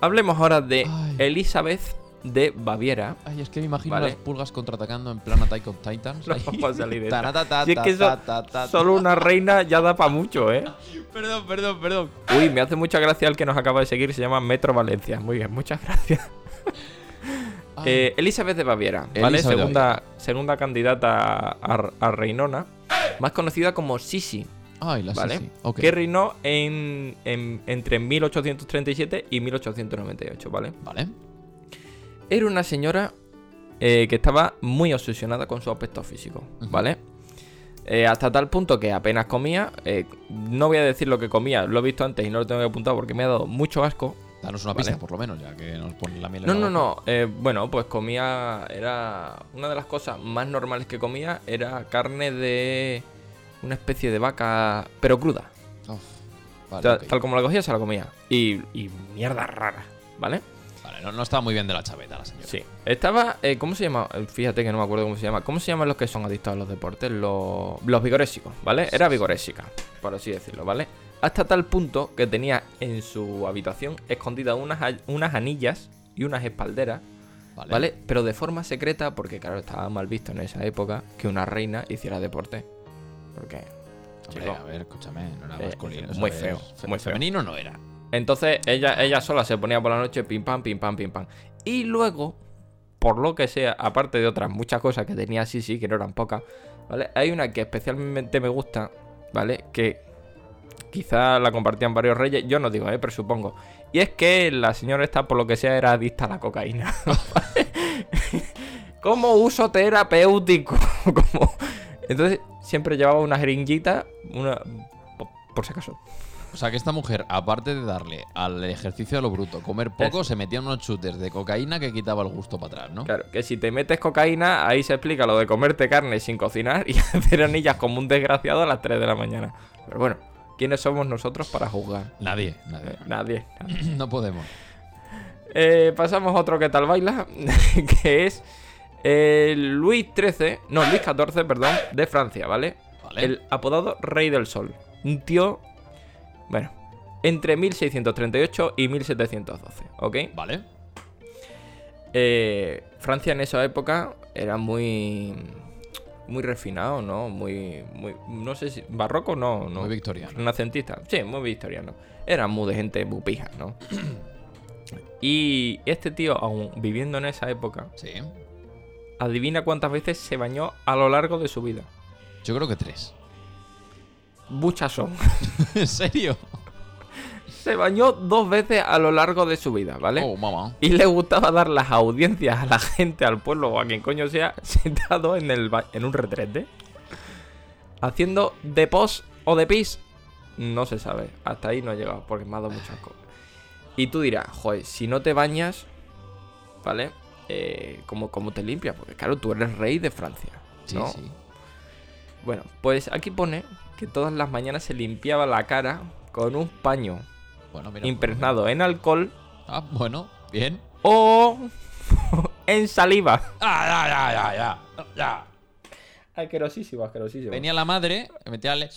Speaker 2: hablemos ahora de
Speaker 3: Ay.
Speaker 2: Elizabeth de Baviera.
Speaker 3: Ay, es que me imagino
Speaker 2: Vale.
Speaker 3: las pulgas contraatacando en plan Attack on Titans.
Speaker 2: No
Speaker 3: Ay.
Speaker 2: vamos a salir de esta.
Speaker 3: Taratata,
Speaker 2: Si es que eso-
Speaker 3: tatatata.
Speaker 2: Solo una reina ya da para mucho, ¿eh?
Speaker 3: Perdón, perdón, perdón.
Speaker 2: Uy, me hace mucha gracia el que nos acaba de seguir, se llama Metro Valencia. Muy bien, muchas gracias.
Speaker 3: Ay.
Speaker 2: Eh, Elizabeth de Baviera, ¿vale?
Speaker 3: Ah. Elizabeth de
Speaker 2: Segunda, segunda candidata a, a reinona, más conocida como Sisi,
Speaker 3: Ay, la
Speaker 2: ¿vale?
Speaker 3: Sisi. Ah, Ok.
Speaker 2: Que reinó en, en- entre 1837 y 1898, ¿vale?
Speaker 3: Vale.
Speaker 2: Era una señora eh, que estaba muy obsesionada con su aspecto físico,
Speaker 3: Ujú.
Speaker 2: ¿vale? Eh, hasta tal punto que apenas comía, eh, no voy a decir lo que comía, lo he visto antes y no lo tengo que apuntar porque me ha dado mucho asco,
Speaker 3: Danos una
Speaker 2: Vale.
Speaker 3: pista, por lo menos, ya que nos ponen la miel en
Speaker 2: No,
Speaker 3: la
Speaker 2: no,
Speaker 3: boca.
Speaker 2: no. eh, bueno, pues comía. Era. Una de las cosas más normales que comía era carne de. Una especie de vaca, pero cruda.
Speaker 3: Uf.
Speaker 2: O
Speaker 3: Vale,
Speaker 2: sea,
Speaker 3: ok.
Speaker 2: Tal como la cogía, se la comía. Y, y mierda rara, ¿vale?
Speaker 3: Vale, no, no estaba muy bien de la chaveta la señora.
Speaker 2: Sí. Estaba. eh, ¿Cómo se llama? Eh, Fíjate que no me acuerdo cómo se llama. ¿Cómo se llaman los que son adictos a los deportes? Los, los vigorésicos, ¿vale? Era vigorésica, por así decirlo, ¿vale? Hasta tal punto que tenía en su habitación escondidas unas, a- unas anillas y unas espalderas
Speaker 3: Vale.
Speaker 2: ¿Vale? Pero de forma secreta, porque claro, estaba mal visto en esa época que una reina hiciera deporte. Porque.
Speaker 3: Hombre,
Speaker 2: chico.
Speaker 3: a ver, escúchame, no era
Speaker 2: Eh,
Speaker 3: masculino.
Speaker 2: muy
Speaker 3: ¿sabes?
Speaker 2: feo,
Speaker 3: Fe-
Speaker 2: muy feo.
Speaker 3: Femenino no era.
Speaker 2: Entonces ella, ella sola se ponía por la noche, pim pam, pim pam, pim pam. Y luego, por lo que sea, aparte de otras muchas cosas que tenía sí, sí, que no eran pocas, ¿vale? Hay una que especialmente me gusta, ¿vale? Que quizá la compartían varios reyes, yo no digo, ¿eh? Pero supongo. Y es que la señora esta, por lo que sea, era adicta a la cocaína. ¿vale? Como uso terapéutico. Como... Entonces, siempre llevaba una jeringuita, una... por- por si acaso.
Speaker 3: O sea, que esta mujer, aparte de darle al ejercicio a lo bruto, comer poco, se metía unos chutes de cocaína que quitaba el gusto para atrás, ¿no?
Speaker 2: Claro, que si te metes cocaína, ahí se explica lo de comerte carne sin cocinar y hacer anillas como un desgraciado a las 3 de la mañana. Pero bueno, ¿quiénes somos nosotros para juzgar?
Speaker 3: Nadie,
Speaker 2: Eh,
Speaker 3: nadie.
Speaker 2: Nadie. nadie.
Speaker 3: no podemos.
Speaker 2: Eh, pasamos a otro que tal baila, que es eh, Luis XIII, no, Luis XIV, perdón, de Francia, ¿vale?
Speaker 3: Vale.
Speaker 2: El apodado Rey del Sol. Un tío, bueno, entre 1638 y 1712, ¿ok?
Speaker 3: Vale.
Speaker 2: Eh, Francia en esa época era muy muy refinado, ¿no? Muy muy no sé si barroco no, no.
Speaker 3: Muy victoriano.
Speaker 2: Renacentista. Sí, muy victoriano. Era muy de gente muy pija, ¿no? Y este tío, aún viviendo en esa época,
Speaker 3: Sí.
Speaker 2: adivina cuántas veces se bañó a lo largo de su vida.
Speaker 3: Yo creo que tres.
Speaker 2: Muchas son.
Speaker 3: ¿En serio?
Speaker 2: Se bañó dos veces a lo largo de su vida, ¿vale?
Speaker 3: Oh, mamá.
Speaker 2: Y le gustaba dar las audiencias a la gente, al pueblo o a quien coño sea, sentado en, el ba- en un retrete. Haciendo de pos o de pis. No se sabe. Hasta ahí no he llegado porque me ha dado muchas cosas. Y tú dirás, joder, si no te bañas, ¿vale? Eh, ¿cómo, cómo te limpias? Porque claro, tú eres rey de Francia.
Speaker 3: Sí,
Speaker 2: ¿no?
Speaker 3: sí.
Speaker 2: Bueno, pues aquí pone que todas las mañanas se limpiaba la cara con un paño
Speaker 3: Bueno, mira. pues,
Speaker 2: impregnado en alcohol
Speaker 3: Ah, bueno, bien.
Speaker 2: o en saliva.
Speaker 3: Ah, ya, ya, ya, ya. ya.
Speaker 2: Asquerosísimo, asquerosísimo.
Speaker 3: Venía la madre, me metía le...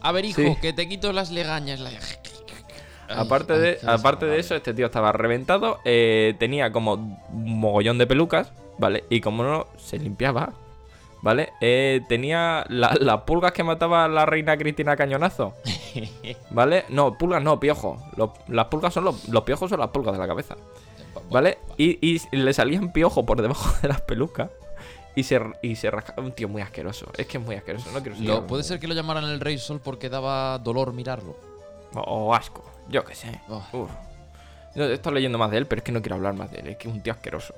Speaker 3: A ver, hijo,
Speaker 2: Sí.
Speaker 3: que te quito las legañas. la-
Speaker 2: Aparte,
Speaker 3: Ay,
Speaker 2: de,
Speaker 3: qué
Speaker 2: aparte de
Speaker 3: desagradable.
Speaker 2: eso, este tío estaba reventado, eh, tenía como un mogollón de pelucas, ¿vale? Y como no se limpiaba, ¿vale? Eh, tenía la- las pulgas que mataba la reina Cristina Cañonazo, ¿vale? No, pulgas no, piojos. Los- las pulgas son los, los piojos son las pulgas de la cabeza, ¿vale? Y, y le salían piojos por debajo de las pelucas y se, y se rascaba. Un tío muy asqueroso, es que es muy asqueroso, no quiero ser.
Speaker 3: Lo- puede ser que lo llamaran el Rey Sol porque daba dolor mirarlo.
Speaker 2: O, o asco, yo qué sé.
Speaker 3: Oh.
Speaker 2: Uf. Yo he estado leyendo más de él, pero es que no quiero hablar más de él, es que es un tío asqueroso.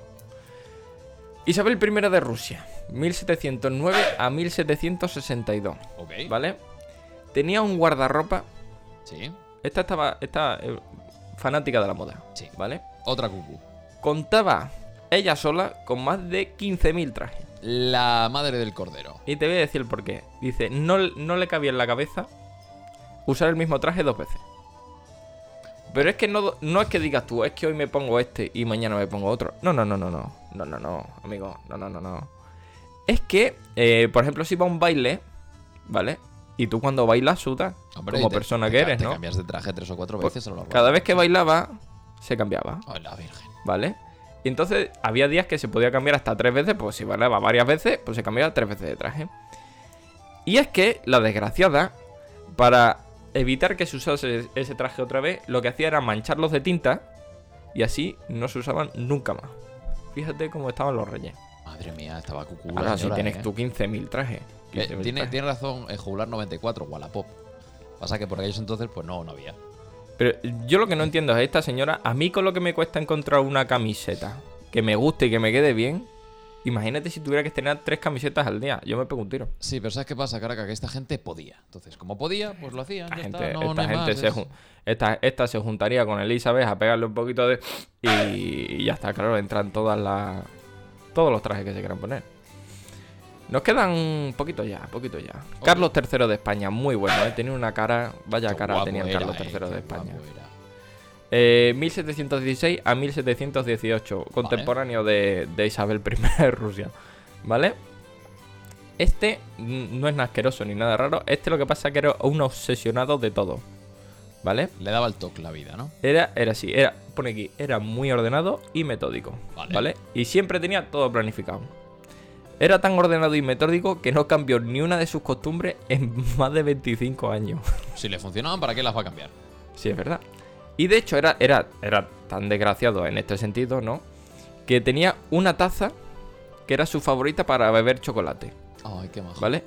Speaker 2: Isabel I de Rusia, 1709 a 1762,
Speaker 3: Ok.
Speaker 2: ¿vale? Tenía un guardarropa,
Speaker 3: Sí.
Speaker 2: esta estaba esta, eh, fanática de la moda,
Speaker 3: Sí.
Speaker 2: ¿vale?
Speaker 3: Otra cucu.
Speaker 2: Contaba ella sola con más de 15.000 trajes.
Speaker 3: La madre del cordero.
Speaker 2: Y te voy a decir el porqué. Dice, no, no le cabía en la cabeza usar el mismo traje dos veces. Pero es que no, no es que digas tú, es que hoy me pongo este y mañana me pongo otro. No, no, no, no, no. No, no, no, amigo. No, no, no, no. Es que, eh, por ejemplo, si va a un baile, ¿vale? Y tú cuando bailas sudas,
Speaker 3: Hombre,
Speaker 2: como
Speaker 3: te-
Speaker 2: persona
Speaker 3: te
Speaker 2: que
Speaker 3: ca-
Speaker 2: eres,
Speaker 3: te
Speaker 2: ¿no?
Speaker 3: cambias de traje tres o cuatro
Speaker 2: Pues,
Speaker 3: veces a lo largo.
Speaker 2: Cada vez que bailaba, se cambiaba.
Speaker 3: Oh, la virgen.
Speaker 2: ¿vale? Y entonces había días que se podía cambiar hasta tres veces, pues si bailaba varias veces, pues se cambiaba tres veces de traje. Y es que la desgraciada, para evitar que se usase ese traje otra vez, lo que hacía era mancharlos de tinta y así no se usaban nunca más. Fíjate cómo estaban los reyes.
Speaker 3: Madre mía, estaba cucu. la
Speaker 2: Ahora, si
Speaker 3: señora,
Speaker 2: tienes
Speaker 3: ¿eh?
Speaker 2: tú 15.000 trajes.
Speaker 3: Eh,
Speaker 2: 15.000
Speaker 3: tiene,
Speaker 2: trajes.
Speaker 3: tiene razón, el jugular 94, Wallapop. Pasa que por aquellos entonces, pues no, no había.
Speaker 2: Pero yo lo que no entiendo es esta señora, a mí con lo que me cuesta encontrar una camiseta que me guste y que me quede bien, imagínate si tuviera que tener tres camisetas al día, yo me pego un tiro.
Speaker 3: Sí, pero ¿sabes qué pasa, Caraca? Que esta gente podía. Entonces, como podía, pues lo hacía.
Speaker 2: Esta
Speaker 3: ya está,
Speaker 2: gente,
Speaker 3: no- no
Speaker 2: esta
Speaker 3: hay
Speaker 2: gente
Speaker 3: más,
Speaker 2: se
Speaker 3: es-
Speaker 2: jun- esta, esta se juntaría con Elizabeth a pegarle un poquito de... Y, y ya está, claro, entran todas las... Todos los trajes que se quieran poner. Nos quedan poquito ya, poquito ya. Carlos III de España, muy bueno, ¿eh? Tenía una cara... Vaya
Speaker 3: Qué
Speaker 2: cara
Speaker 3: guapo
Speaker 2: tenía
Speaker 3: era,
Speaker 2: Carlos
Speaker 3: eh,
Speaker 2: III de
Speaker 3: qué
Speaker 2: España.
Speaker 3: guapo era.
Speaker 2: Eh, 1716 a 1718, contemporáneo de, de Isabel I de Rusia. ¿Vale? Este mm, no es nada asqueroso ni nada raro. Este lo que pasa que era un obsesionado de todo. ¿Vale?
Speaker 3: Le daba el toque la vida, ¿no?
Speaker 2: Era, era así, era, pone aquí, era muy ordenado y metódico.
Speaker 3: Vale.
Speaker 2: Vale. Y siempre tenía todo planificado. Era tan ordenado y metódico que no cambió ni una de sus costumbres en más de 25 años.
Speaker 3: Si le funcionaban, ¿para qué las va a cambiar?
Speaker 2: Sí, es verdad. Y de hecho era, era, era tan desgraciado en este sentido, ¿no? Que tenía una taza que era su favorita para beber chocolate,
Speaker 3: Ay, qué majo.
Speaker 2: ¿vale?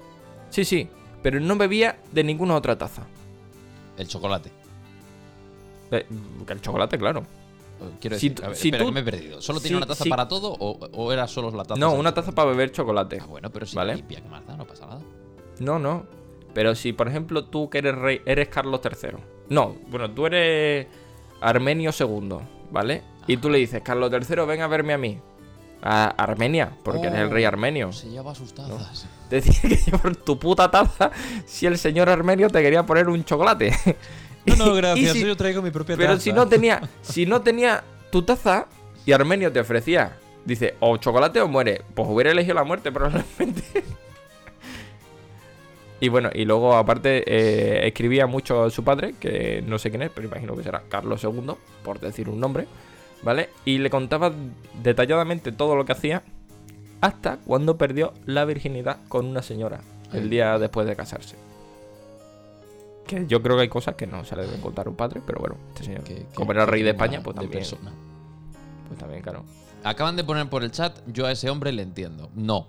Speaker 2: Sí, sí, pero no bebía de ninguna otra taza.
Speaker 3: El chocolate.
Speaker 2: Eh, El chocolate, claro.
Speaker 3: Quiero
Speaker 2: Si
Speaker 3: decir,
Speaker 2: tú-
Speaker 3: a ver,
Speaker 2: si
Speaker 3: espera,
Speaker 2: tú-
Speaker 3: que me he perdido. ¿Solo
Speaker 2: si-
Speaker 3: tenía una taza
Speaker 2: si-
Speaker 3: para todo o, o era solo la taza?
Speaker 2: No,
Speaker 3: del
Speaker 2: una taza
Speaker 3: chocolate?
Speaker 2: para beber chocolate.
Speaker 3: Ah, bueno, pero si
Speaker 2: Vale.
Speaker 3: la limpia, que más da, no pasa nada.
Speaker 2: No, no. Pero si, por ejemplo, tú que eres rey, eres Carlos III. No, bueno, tú eres Armenio II, ¿vale? Y tú le dices, Carlos III, ven a verme a mí. A Armenia, porque eres el rey
Speaker 3: Oh,
Speaker 2: armenio.
Speaker 3: Se lleva sus tazas.
Speaker 2: Te tienes que llevar tu puta taza si el señor armenio te quería poner un chocolate. Y- y si-
Speaker 3: traigo mi propia
Speaker 2: pero si no tenía, si no tenía tu taza y armenio te ofrecía, dice, o chocolate o muere, pues hubiera elegido la muerte probablemente. Y bueno, y luego aparte eh, escribía mucho su padre, que no sé quién es, pero imagino que será Carlos II, por decir un nombre, ¿vale? Y le contaba detalladamente todo lo que hacía hasta cuando perdió la virginidad con una señora el día después de casarse. Que yo creo que hay cosas que no se le deben contar a un padre, pero bueno, este señor,
Speaker 3: Que- que-
Speaker 2: como era
Speaker 3: que
Speaker 2: rey de
Speaker 3: tiene
Speaker 2: España,
Speaker 3: una-
Speaker 2: pues
Speaker 3: de
Speaker 2: también,
Speaker 3: persona.
Speaker 2: pues también, claro.
Speaker 3: Acaban de poner por el chat, yo a ese hombre le entiendo. No.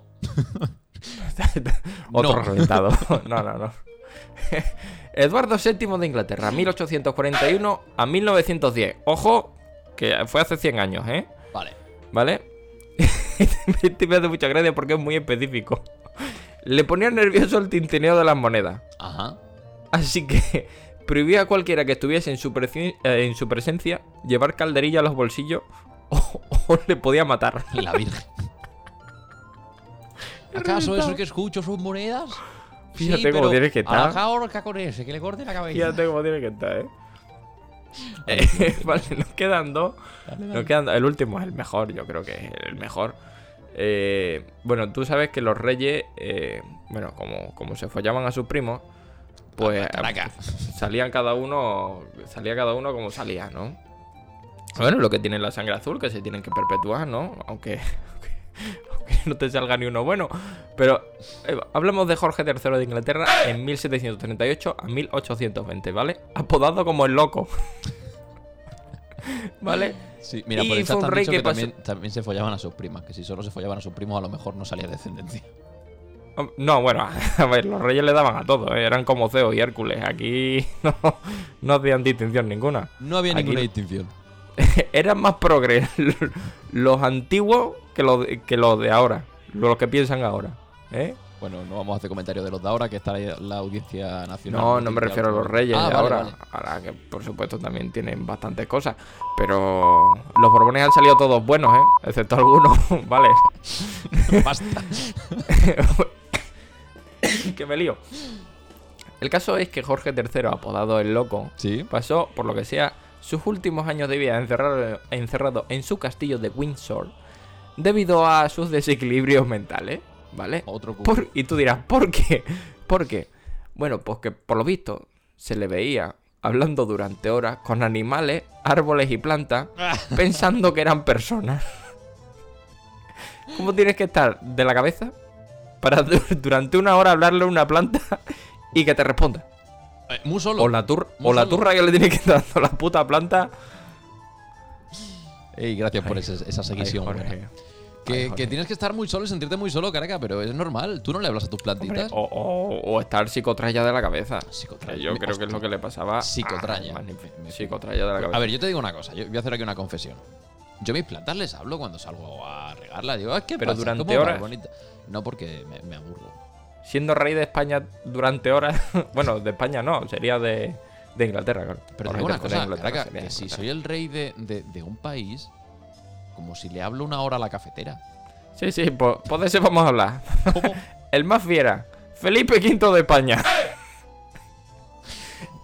Speaker 2: Otro
Speaker 3: No.
Speaker 2: reventado. No, no, no. Eduardo VII de Inglaterra, 1841 a 1910. Ojo, que fue hace 100 años, ¿eh?
Speaker 3: Vale.
Speaker 2: ¿Vale? Este me hace mucha gracia porque es muy específico. Le ponía nervioso el tintineo de las monedas.
Speaker 3: Ajá.
Speaker 2: Así que prohibió a cualquiera que estuviese en su, preci- eh, en su presencia llevar calderilla a los bolsillos o, o le podía matar.
Speaker 3: La Virgen. ¿Acaso eso que escucho son monedas?
Speaker 2: Fíjate
Speaker 3: sí,
Speaker 2: cómo
Speaker 3: pero
Speaker 2: tienes que
Speaker 3: a
Speaker 2: estar.
Speaker 3: la jaorca con ese, que le corte la cabeza.
Speaker 2: Fíjate cómo tiene que estar, ¿eh? Eh, vale, nos quedan dos. Nos quedan, el último es el mejor, yo creo que es el mejor. Eh, bueno, tú sabes que los reyes, eh, bueno, como, como se follaban a sus primos, pues
Speaker 3: Caraca.
Speaker 2: salían cada uno, salía cada uno como salía, ¿no? Bueno, lo que tiene la sangre azul, que se tienen que perpetuar, ¿no? Aunque, aunque, aunque no te salga ni uno bueno. Pero eh, hablamos de Jorge III de Inglaterra en 1738 a 1820, ¿vale? Apodado como el loco. ¿Vale?
Speaker 3: Sí, mira,
Speaker 2: Y
Speaker 3: por el
Speaker 2: fue
Speaker 3: chat
Speaker 2: un
Speaker 3: han
Speaker 2: rey
Speaker 3: dicho
Speaker 2: que
Speaker 3: que
Speaker 2: pasó-
Speaker 3: también, también se follaban a sus primas, que si solo se follaban a sus primos a lo mejor no salía descendencia.
Speaker 2: Hom- No, bueno, a ver, los reyes le daban a todos, ¿eh? eran como Zeus y Hércules, aquí no, no hacían distinción ninguna.
Speaker 3: No había
Speaker 2: Aquí
Speaker 3: ninguna
Speaker 2: no.
Speaker 3: distinción.
Speaker 2: Eran más progres los antiguos que los, de- que los de ahora, los que piensan ahora. ¿eh?
Speaker 3: Bueno, no vamos a hacer comentarios de los de ahora, que está la, la audiencia nacional.
Speaker 2: No, no me refiero a los reyes
Speaker 3: Ah,
Speaker 2: de
Speaker 3: vale,
Speaker 2: ahora,
Speaker 3: vale.
Speaker 2: ahora que por supuesto también tienen bastantes cosas, pero los borbones han salido todos buenos, ¿eh? excepto algunos, vale,
Speaker 3: Basta.
Speaker 2: que me lío. El caso es que Jorge III, apodado el loco,
Speaker 3: Sí.
Speaker 2: pasó, por lo que sea, sus últimos años de vida encerrado, encerrado en su castillo de Windsor debido a sus desequilibrios mentales, ¿vale?
Speaker 3: Otro cubo.
Speaker 2: Por- y tú dirás, ¿por qué? ¿Por qué? Bueno, pues que por lo visto se le veía hablando durante horas con animales, árboles y plantas, pensando que eran personas. ¿Cómo tienes que estar de la cabeza para du- durante una hora hablarle a una planta y que te responda?
Speaker 3: Eh, muy solo.
Speaker 2: O la, tur-
Speaker 3: Un
Speaker 2: o la
Speaker 3: saludo.
Speaker 2: turra que le tiene que estar dando a la puta planta.
Speaker 3: Ey, gracias por
Speaker 2: Ay,
Speaker 3: ese- esa
Speaker 2: Ay,
Speaker 3: seguición.
Speaker 2: Jorge.
Speaker 3: buena. Que,
Speaker 2: Jorge.
Speaker 3: que tienes que estar muy solo y sentirte muy solo, caraca, pero es normal. Tú no le hablas a tus
Speaker 2: Hombre,
Speaker 3: plantitas.
Speaker 2: o, o- o estar psicotraya de la cabeza.
Speaker 3: Psicotraya.
Speaker 2: Que Yo creo que es lo que le pasaba. a-
Speaker 3: Psicotraya.
Speaker 2: magnífico.
Speaker 3: Me- me-
Speaker 2: Psicotraya ah, de la cabeza.
Speaker 3: A ver, yo te digo una cosa, yo voy a hacer aquí una confesión. Yo a mis plantas les hablo cuando salgo a regarlas. Digo, "Ah, ¿qué
Speaker 2: Pero
Speaker 3: pasa?
Speaker 2: durante
Speaker 3: ¿Cómo va,
Speaker 2: horas".
Speaker 3: bonita?". No, porque me, me aburro.
Speaker 2: Siendo rey de España durante horas. bueno, de España no, sería de, de Inglaterra, claro.
Speaker 3: Pero
Speaker 2: Jorge
Speaker 3: te digo una
Speaker 2: III de
Speaker 3: cosa,
Speaker 2: Inglaterra
Speaker 3: caraca,
Speaker 2: sería
Speaker 3: que si
Speaker 2: Inglaterra.
Speaker 3: soy el rey de, de- de un país, como si le hablo una hora a la cafetera.
Speaker 2: Sí, sí, po- pues de ese vamos a hablar. El más fiera, Felipe V de España.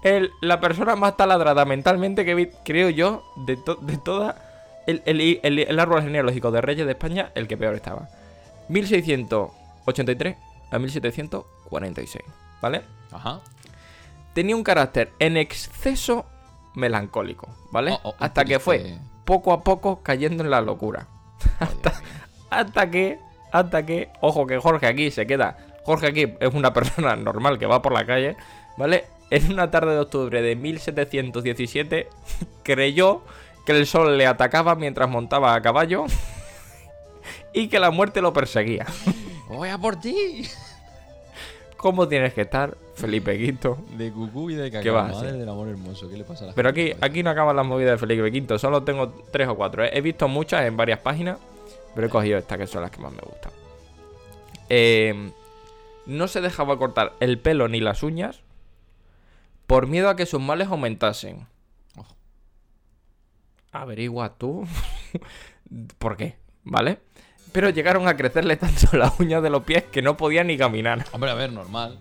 Speaker 2: El- la persona más taladrada mentalmente que vi- creo yo de, to- de toda el, el- el- el árbol genealógico de Reyes de España, el que peor estaba. 1683 a 1746, ¿vale?
Speaker 3: Ajá.
Speaker 2: Tenía un carácter en exceso melancólico, ¿vale?
Speaker 3: Oh, oh, un
Speaker 2: Hasta que fue
Speaker 3: triste-
Speaker 2: poco a poco cayendo en la locura.
Speaker 3: Ay, Dios mío.
Speaker 2: Hasta que, hasta que, ojo que Jorge aquí se queda. Jorge aquí es una persona normal que va por la calle, ¿vale? En una tarde de octubre de 1717 creyó que el sol le atacaba mientras montaba a caballo y que la muerte lo perseguía.
Speaker 3: Voy a por ti.
Speaker 2: ¿Cómo tienes que estar, Felipe V?
Speaker 3: De cucú y de cacao.
Speaker 2: ¿Qué vas a
Speaker 3: Madre
Speaker 2: hacer?
Speaker 3: del amor hermoso. ¿Qué le pasa a la
Speaker 2: Pero
Speaker 3: gente pues.
Speaker 2: aquí,
Speaker 3: con
Speaker 2: aquí no acaban las movidas de Felipe V, solo tengo tres o cuatro. ¿eh? He visto muchas en varias páginas, pero he cogido estas que son las que más me gustan. Eh, no se dejaba cortar el pelo ni las uñas por miedo a que sus males aumentasen.
Speaker 3: Ojo.
Speaker 2: Averigua tú por qué, ¿vale? Pero llegaron a crecerle tanto las uñas de los pies que no podía ni caminar.
Speaker 3: Hombre, a ver, normal.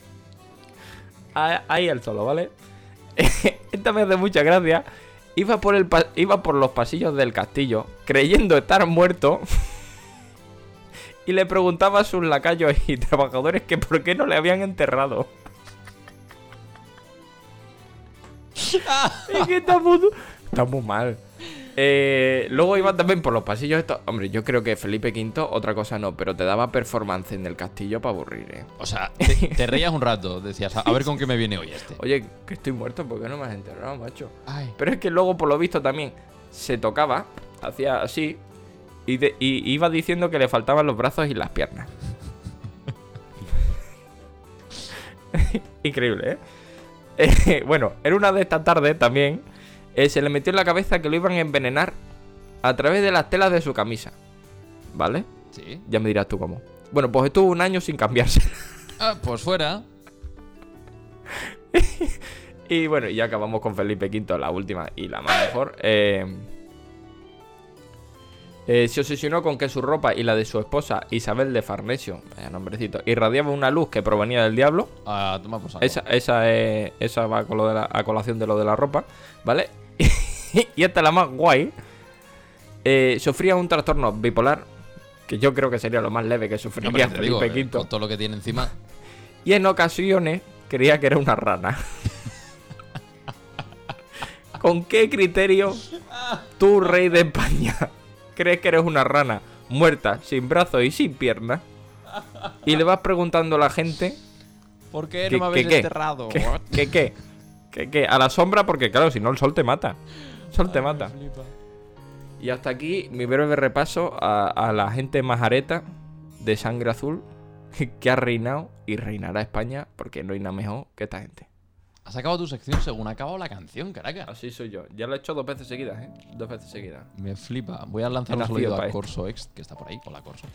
Speaker 2: Ah, Ahí el solo, ¿vale? Esta me hace mucha gracia. Iba por, el pa- iba por los pasillos del castillo, creyendo estar muerto. y le preguntaba a sus lacayos y trabajadores que por qué no le habían enterrado. es que está muy, está muy mal. Eh, luego iba también por los pasillos estos. Hombre, yo creo que Felipe V, otra cosa no, pero te daba performance en el castillo para aburrir, eh.
Speaker 3: O sea, te, te reías un rato. Decías, a a ver con qué me viene hoy este.
Speaker 2: Oye, que estoy muerto, ¿por qué no me has enterrado, macho?
Speaker 3: Ay.
Speaker 2: Pero es que luego, por lo visto, también se tocaba, hacía así, y, de- y iba diciendo que le faltaban los brazos y las piernas. Increíble, ¿eh? Eh, bueno, en una de estas tardes también eh, se le metió en la cabeza que lo iban a envenenar a través de las telas de su camisa. ¿Vale?
Speaker 3: Sí.
Speaker 2: Ya me dirás tú cómo. Bueno, pues estuvo un año sin cambiarse.
Speaker 3: Ah, pues fuera.
Speaker 2: Y bueno, y ya acabamos con Felipe V, la última y la más mejor. Eh, eh, se obsesionó con que su ropa y la de su esposa Isabel de Farnesio, vaya nombrecito, irradiaba una luz que provenía del diablo.
Speaker 3: Ah, toma por saco.
Speaker 2: Esa, esa, es- esa va con lo de la- a colación de lo de la ropa, ¿vale? y esta es la más guay. Eh, sufría un trastorno bipolar, que yo creo que sería lo más leve que
Speaker 3: No,
Speaker 2: sufriría
Speaker 3: hombre, te digo,
Speaker 2: Felipe
Speaker 3: eh,
Speaker 2: V.
Speaker 3: con todo lo que tiene encima.
Speaker 2: Y en ocasiones creía que era una rana. ¿Con qué criterio tú, rey de España, crees que eres una rana muerta, sin brazos y sin piernas? Y le vas preguntando a la gente
Speaker 3: ¿Por qué
Speaker 2: ¿Qué-
Speaker 3: no me habéis
Speaker 2: qué- qué?
Speaker 3: enterrado?
Speaker 2: que qué, qué, qué, qué, a la sombra porque claro, si no el sol te mata. El sol te mata. Y hasta aquí mi breve repaso a, a la gente más areta de sangre azul que ha reinado y reinará España porque no hay nada mejor que esta gente.
Speaker 3: Has acabado tu sección según ha acabado la canción, caraca.
Speaker 2: Así soy yo. Ya lo he hecho dos veces seguidas, ¿eh? Dos veces seguidas.
Speaker 3: Me flipa. Voy a lanzar
Speaker 2: He
Speaker 3: un
Speaker 2: nacido
Speaker 3: saludo
Speaker 2: pa'
Speaker 3: a
Speaker 2: esto.
Speaker 3: Corso Ex, que está por ahí. Hola, Corso.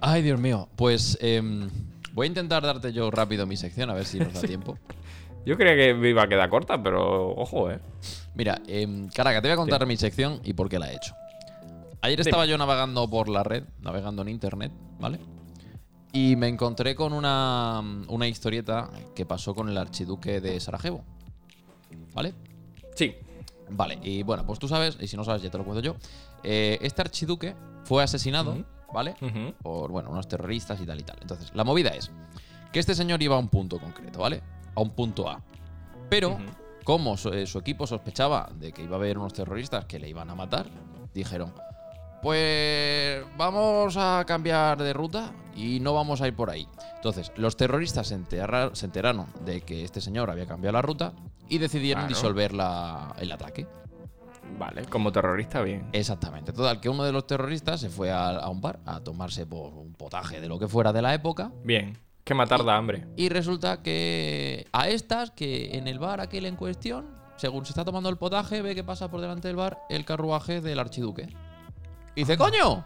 Speaker 3: Ay, Dios mío. Pues em, voy a intentar darte yo rápido mi sección, a ver si nos da tiempo.
Speaker 2: Yo creía que me iba a quedar corta, pero ojo, ¿eh?
Speaker 3: Mira, em, Caraca, te voy a contar mi sección y por qué la he hecho. Ayer estaba yo navegando por la red, navegando en internet, ¿vale? Y me encontré con una, una historieta que pasó con el archiduque de Sarajevo, ¿vale?
Speaker 2: Sí.
Speaker 3: Vale, y bueno, pues tú sabes, y si no sabes ya te lo cuento yo, eh, este archiduque fue asesinado,
Speaker 2: Ujú.
Speaker 3: ¿vale?
Speaker 2: Ujú.
Speaker 3: por bueno, unos terroristas y tal y tal. Entonces, la movida es que este señor iba a un punto concreto, ¿vale? A un punto A. Pero,
Speaker 2: Ujú.
Speaker 3: como su, eh, su equipo sospechaba de que iba a haber unos terroristas que le iban a matar, dijeron, pues vamos a cambiar de ruta y no vamos a ir por ahí. Entonces, los terroristas se, enterra- se enteraron de que este señor había cambiado la ruta y decidieron
Speaker 2: Claro.
Speaker 3: disolver la- el ataque.
Speaker 2: Vale, como terrorista, bien.
Speaker 3: Exactamente. Total, que uno de los terroristas se fue a, a un bar a tomarse por un potaje de lo que fuera de la época.
Speaker 2: Bien. Que matar da hambre.
Speaker 3: Y resulta que a estas, que en el bar aquel en cuestión, según se está tomando el potaje, ve que pasa por delante del bar el carruaje del archiduque. Y dice, coño,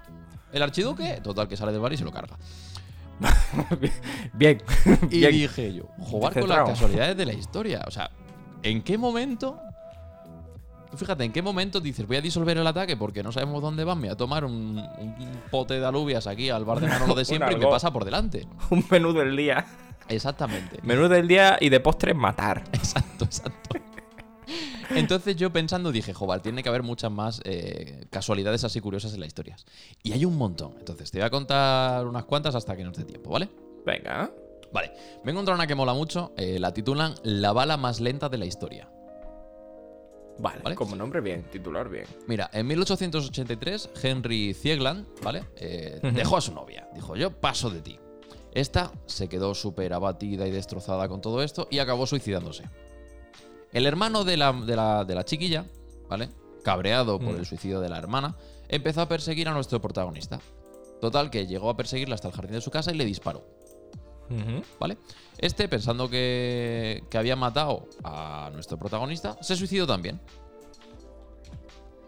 Speaker 3: el archiduque. Total, que sale del bar y se lo carga.
Speaker 2: bien.
Speaker 3: Y
Speaker 2: bien.
Speaker 3: dije yo, jugar con las
Speaker 2: Centrao.
Speaker 3: casualidades de la historia. O sea, ¿en qué momento? Tú Fíjate, ¿en qué momento dices voy a disolver el ataque porque no sabemos dónde van? Me voy a tomar un, un pote de alubias aquí al bar de Manolo de
Speaker 2: Un
Speaker 3: siempre y me
Speaker 2: algo.
Speaker 3: pasa por delante.
Speaker 2: Un menú del día.
Speaker 3: Exactamente.
Speaker 2: Menú del día y de postre matar.
Speaker 3: Exacto, exacto. Entonces yo pensando dije, joder, tiene que haber muchas más eh, casualidades así curiosas en las historias. Y hay un montón. Entonces te voy a contar unas cuantas hasta que nos dé tiempo, ¿vale?
Speaker 2: Venga.
Speaker 3: Vale, me he encontrado una que mola mucho. eh, la titulan La bala más lenta de la historia.
Speaker 2: Vale.
Speaker 3: Vale.
Speaker 2: Como nombre, bien. Titular, bien.
Speaker 3: Mira, en 1883, Henry Ziegland, ¿vale? Eh,
Speaker 2: Ujú.
Speaker 3: dejó a su novia. Dijo, yo paso de ti. Esta se quedó súper abatida y destrozada con todo esto y acabó suicidándose. El hermano de la, de la- de la chiquilla, ¿vale? Cabreado por
Speaker 2: Mm.
Speaker 3: el suicidio de la hermana, empezó a perseguir a nuestro protagonista. Total, que llegó a perseguirla hasta el jardín de su casa y le disparó.
Speaker 2: Ujú.
Speaker 3: ¿vale? Este, pensando que, que había matado a nuestro protagonista, se suicidó también.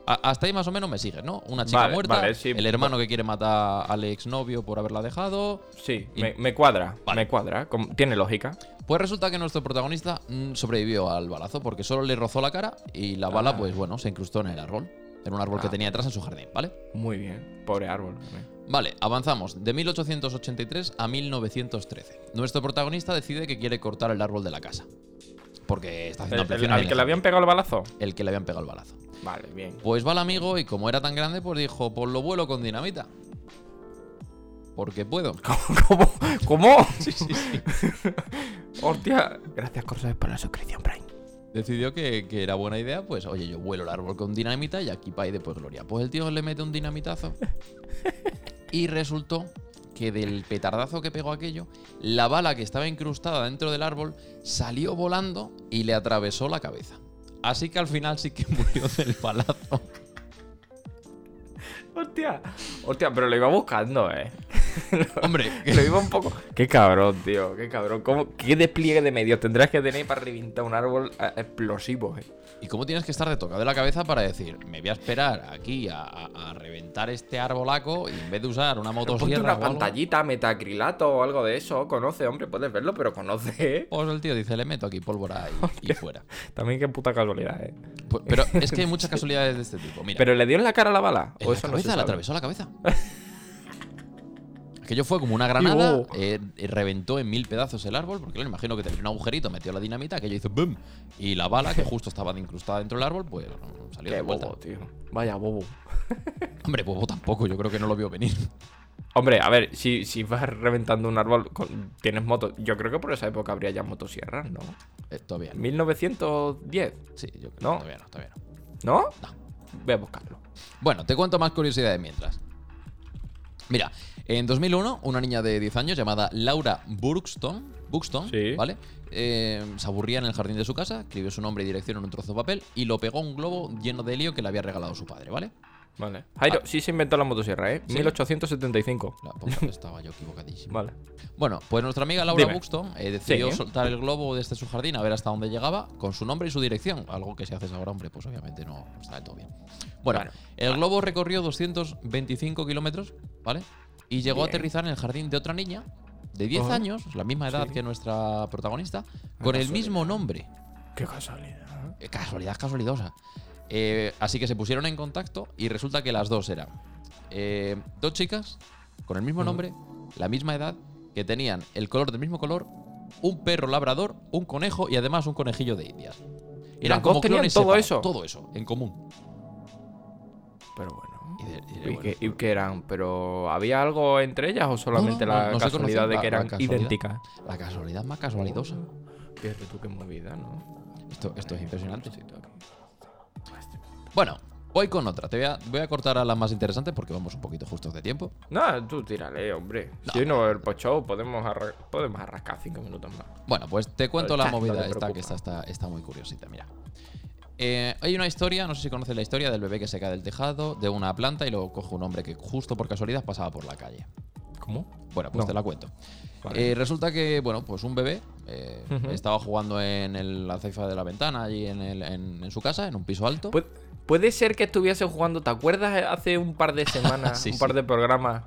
Speaker 3: A- hasta ahí más o menos me sigues, ¿no? Una chica
Speaker 2: Vale,
Speaker 3: muerta,
Speaker 2: vale, sí.
Speaker 3: el hermano que quiere matar al exnovio por haberla dejado.
Speaker 2: Sí,
Speaker 3: Y-
Speaker 2: me, me cuadra.
Speaker 3: Vale.
Speaker 2: Me cuadra. como- tiene lógica.
Speaker 3: Pues resulta que nuestro protagonista mm, sobrevivió al balazo porque solo le rozó la cara y la bala,
Speaker 2: Ah.
Speaker 3: pues bueno, se incrustó en el árbol. En un árbol que
Speaker 2: Ah.
Speaker 3: tenía atrás en su jardín, ¿vale?
Speaker 2: Muy bien. Pobre árbol.
Speaker 3: Vale, avanzamos. De 1883 a 1913. Nuestro protagonista decide que quiere cortar el árbol de la casa. Porque está
Speaker 2: El,
Speaker 3: haciendo
Speaker 2: el-
Speaker 3: presión en
Speaker 2: al
Speaker 3: el
Speaker 2: que le
Speaker 3: jardín.
Speaker 2: habían pegado el balazo.
Speaker 3: el que le habían pegado el balazo.
Speaker 2: Vale, bien.
Speaker 3: Pues va el amigo y como era tan grande, pues dijo, pues lo vuelo con dinamita. Porque puedo.
Speaker 2: ¿Cómo? ¿Cómo? Hostia. Gracias, Corsas, por la suscripción, Prime.
Speaker 3: Decidió que, que era buena idea, pues oye, yo vuelo el árbol con dinamita y aquí para y después gloria. Pues el tío le mete un dinamitazo. Y resultó que del petardazo que pegó aquello, la bala que estaba incrustada dentro del árbol salió volando y le atravesó la cabeza. Así que al final sí que murió del balazo.
Speaker 2: Hostia. Hostia, pero lo iba buscando, eh.
Speaker 3: Hombre,
Speaker 2: Lo iba un poco. Qué cabrón, tío. Qué cabrón. ¿Cómo, ¿Qué despliegue de medios tendrás que tener para reventar un árbol a- explosivo, eh?
Speaker 3: ¿y cómo tienes que estar de tocado de la cabeza para decir, me voy a esperar aquí a, a- a reventar este arbolaco y en vez de usar una
Speaker 2: Ponte
Speaker 3: motosierra o
Speaker 2: una
Speaker 3: algo,
Speaker 2: pantallita, metacrilato o algo de eso. Conoce, hombre, puedes verlo, pero conoce, ¿eh?
Speaker 3: Pues el tío dice, le meto aquí pólvora y, y fuera.
Speaker 2: También qué puta casualidad, eh.
Speaker 3: Pu- Pues, Pero es que hay muchas casualidades de este tipo. Mira,
Speaker 2: ¿Pero le dio en la cara la bala?
Speaker 3: en
Speaker 2: ¿O
Speaker 3: la
Speaker 2: eso
Speaker 3: cabeza,
Speaker 2: no se
Speaker 3: le
Speaker 2: sabe?
Speaker 3: atravesó la cabeza. Aquello fue como una granada,
Speaker 2: Digo.
Speaker 3: eh, eh, reventó en mil pedazos el árbol, porque claro, imagino que tenía un agujerito, metió la dinamita, aquello hizo boom, y la bala que justo estaba incrustada dentro del árbol, pues mm, salió
Speaker 2: Qué
Speaker 3: de vuelta.
Speaker 2: bobo, tío. Vaya bobo.
Speaker 3: Hombre, bobo tampoco, yo creo que no lo vio venir.
Speaker 2: Hombre, a ver, si, si vas reventando un árbol, con- tienes moto. Yo creo que por esa época habría ya motosierras, ¿no?
Speaker 3: Eh, todavía no.
Speaker 2: 1910,
Speaker 3: Sí, yo creo
Speaker 2: ¿No?
Speaker 3: que todavía no, todavía no.
Speaker 2: ¿no? Voy a buscarlo.
Speaker 3: Bueno, te cuento más curiosidades mientras. Mira, en 2001, una niña de 10 años llamada Laura Buxton, Buxton
Speaker 2: Sí.
Speaker 3: ¿vale? Eh, se aburría en el jardín de su casa, escribió su nombre y dirección en un trozo de papel y lo pegó a un globo lleno de helio que le había regalado su padre, ¿vale?
Speaker 2: Vale. Jairo, sí se inventó la motosierra, ¿eh?
Speaker 3: ¿Sí?
Speaker 2: 1875.
Speaker 3: La puta, estaba yo equivocadísimo.
Speaker 2: Vale.
Speaker 3: Bueno, pues nuestra amiga Laura
Speaker 2: Dime.
Speaker 3: Buxton eh, decidió
Speaker 2: Sí.
Speaker 3: soltar el globo desde su jardín a ver hasta dónde llegaba, con su nombre y su dirección. Algo que si haces ahora, hombre, pues obviamente no está del todo bien. Bueno,
Speaker 2: Claro,
Speaker 3: el globo recorrió 225 kilómetros, ¿vale? Y llegó
Speaker 2: Bien.
Speaker 3: a aterrizar en el jardín de otra niña de 10
Speaker 2: Ajá.
Speaker 3: años, la misma edad
Speaker 2: Sí. Ah,
Speaker 3: que nuestra protagonista, con el
Speaker 2: casualidad.
Speaker 3: mismo nombre.
Speaker 2: Qué casualidad.
Speaker 3: Eh, Casualidad, casualidosa. Eh, así que se pusieron en contacto y resulta que las dos eran eh, dos chicas con el mismo nombre, la misma edad, que tenían el color del mismo color, un perro labrador, un conejo y además un conejillo de indias.
Speaker 2: Las dos tenían
Speaker 3: clones
Speaker 2: todo
Speaker 3: separados,
Speaker 2: eso.
Speaker 3: Todo eso, en común.
Speaker 2: Pero bueno.
Speaker 3: Y de- y de-
Speaker 2: ¿Y,
Speaker 3: bueno,
Speaker 2: qué, y qué eran? ¿Pero había algo entre ellas o solamente
Speaker 3: no,
Speaker 2: la
Speaker 3: no se
Speaker 2: casualidad
Speaker 3: conocían,
Speaker 2: de
Speaker 3: la-
Speaker 2: que
Speaker 3: la
Speaker 2: eran
Speaker 3: casualidad.
Speaker 2: idénticas?
Speaker 3: La casualidad más casualidosa.
Speaker 2: Fíjate tú qué movida, ¿no?
Speaker 3: Esto, esto es impresionante.
Speaker 2: Cosito aquí.
Speaker 3: Bueno, voy con otra. Te voy a, voy a cortar a las más interesantes porque vamos un poquito justos de tiempo.
Speaker 2: No, tú tírale, hombre. Si hoy no va a haber post-show, podemos, arra- podemos arrascar cinco minutos más.
Speaker 3: Bueno, pues te cuento
Speaker 2: Pero
Speaker 3: la
Speaker 2: ya, no
Speaker 3: movida
Speaker 2: te
Speaker 3: esta, que
Speaker 2: preocupes.
Speaker 3: esta está, está muy curiosita, mira. Eh, hay una historia, no sé si conoces la historia, del bebé que se cae del tejado, de una planta y luego coge un hombre que justo por casualidad pasaba por la calle.
Speaker 2: ¿Cómo?
Speaker 3: Bueno, pues
Speaker 2: No.
Speaker 3: te la cuento.
Speaker 2: Vale.
Speaker 3: Eh, resulta que, bueno, pues un bebé eh,
Speaker 2: Ujú.
Speaker 3: estaba jugando en el- la ceifa de la ventana, allí en, el- en- en su casa, en un piso alto.
Speaker 2: Pu- puede ser que estuviese jugando, ¿te acuerdas hace un par de semanas,
Speaker 3: Sí,
Speaker 2: un par
Speaker 3: sí.
Speaker 2: de programas?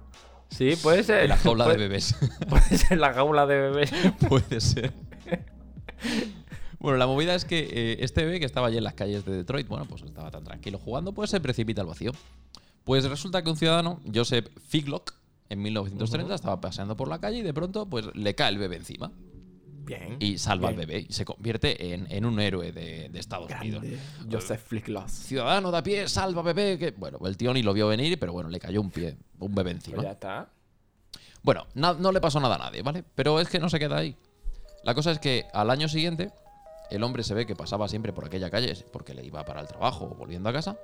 Speaker 2: Sí, puede ser.
Speaker 3: en la jaula de
Speaker 2: Puede-
Speaker 3: bebés.
Speaker 2: Puede ser la jaula de bebés.
Speaker 3: Puede ser. Bueno, la movida es que eh, este bebé que estaba allí en las calles de Detroit, bueno, pues estaba tan tranquilo jugando, pues se precipita al vacío. Pues resulta que un ciudadano, Joseph Figlock, en 1930 estaba paseando por la calle y de pronto pues le cae el bebé encima
Speaker 2: Bien.
Speaker 3: y salva al
Speaker 2: Bien.
Speaker 3: bebé y se convierte en, en un héroe de, de Estados Unidos.
Speaker 2: Joseph Flickloss.
Speaker 3: Ciudadano de a pie, salva bebé, que bueno, el tío ni lo vio venir, pero bueno, le cayó un pie, un bebé encima.
Speaker 2: Pues ya está.
Speaker 3: Bueno, na- no le pasó nada a nadie, ¿vale? Pero es que no se queda ahí. La cosa es que al año siguiente, el hombre se ve que pasaba siempre por aquella calle porque le iba para el trabajo o volviendo a casa.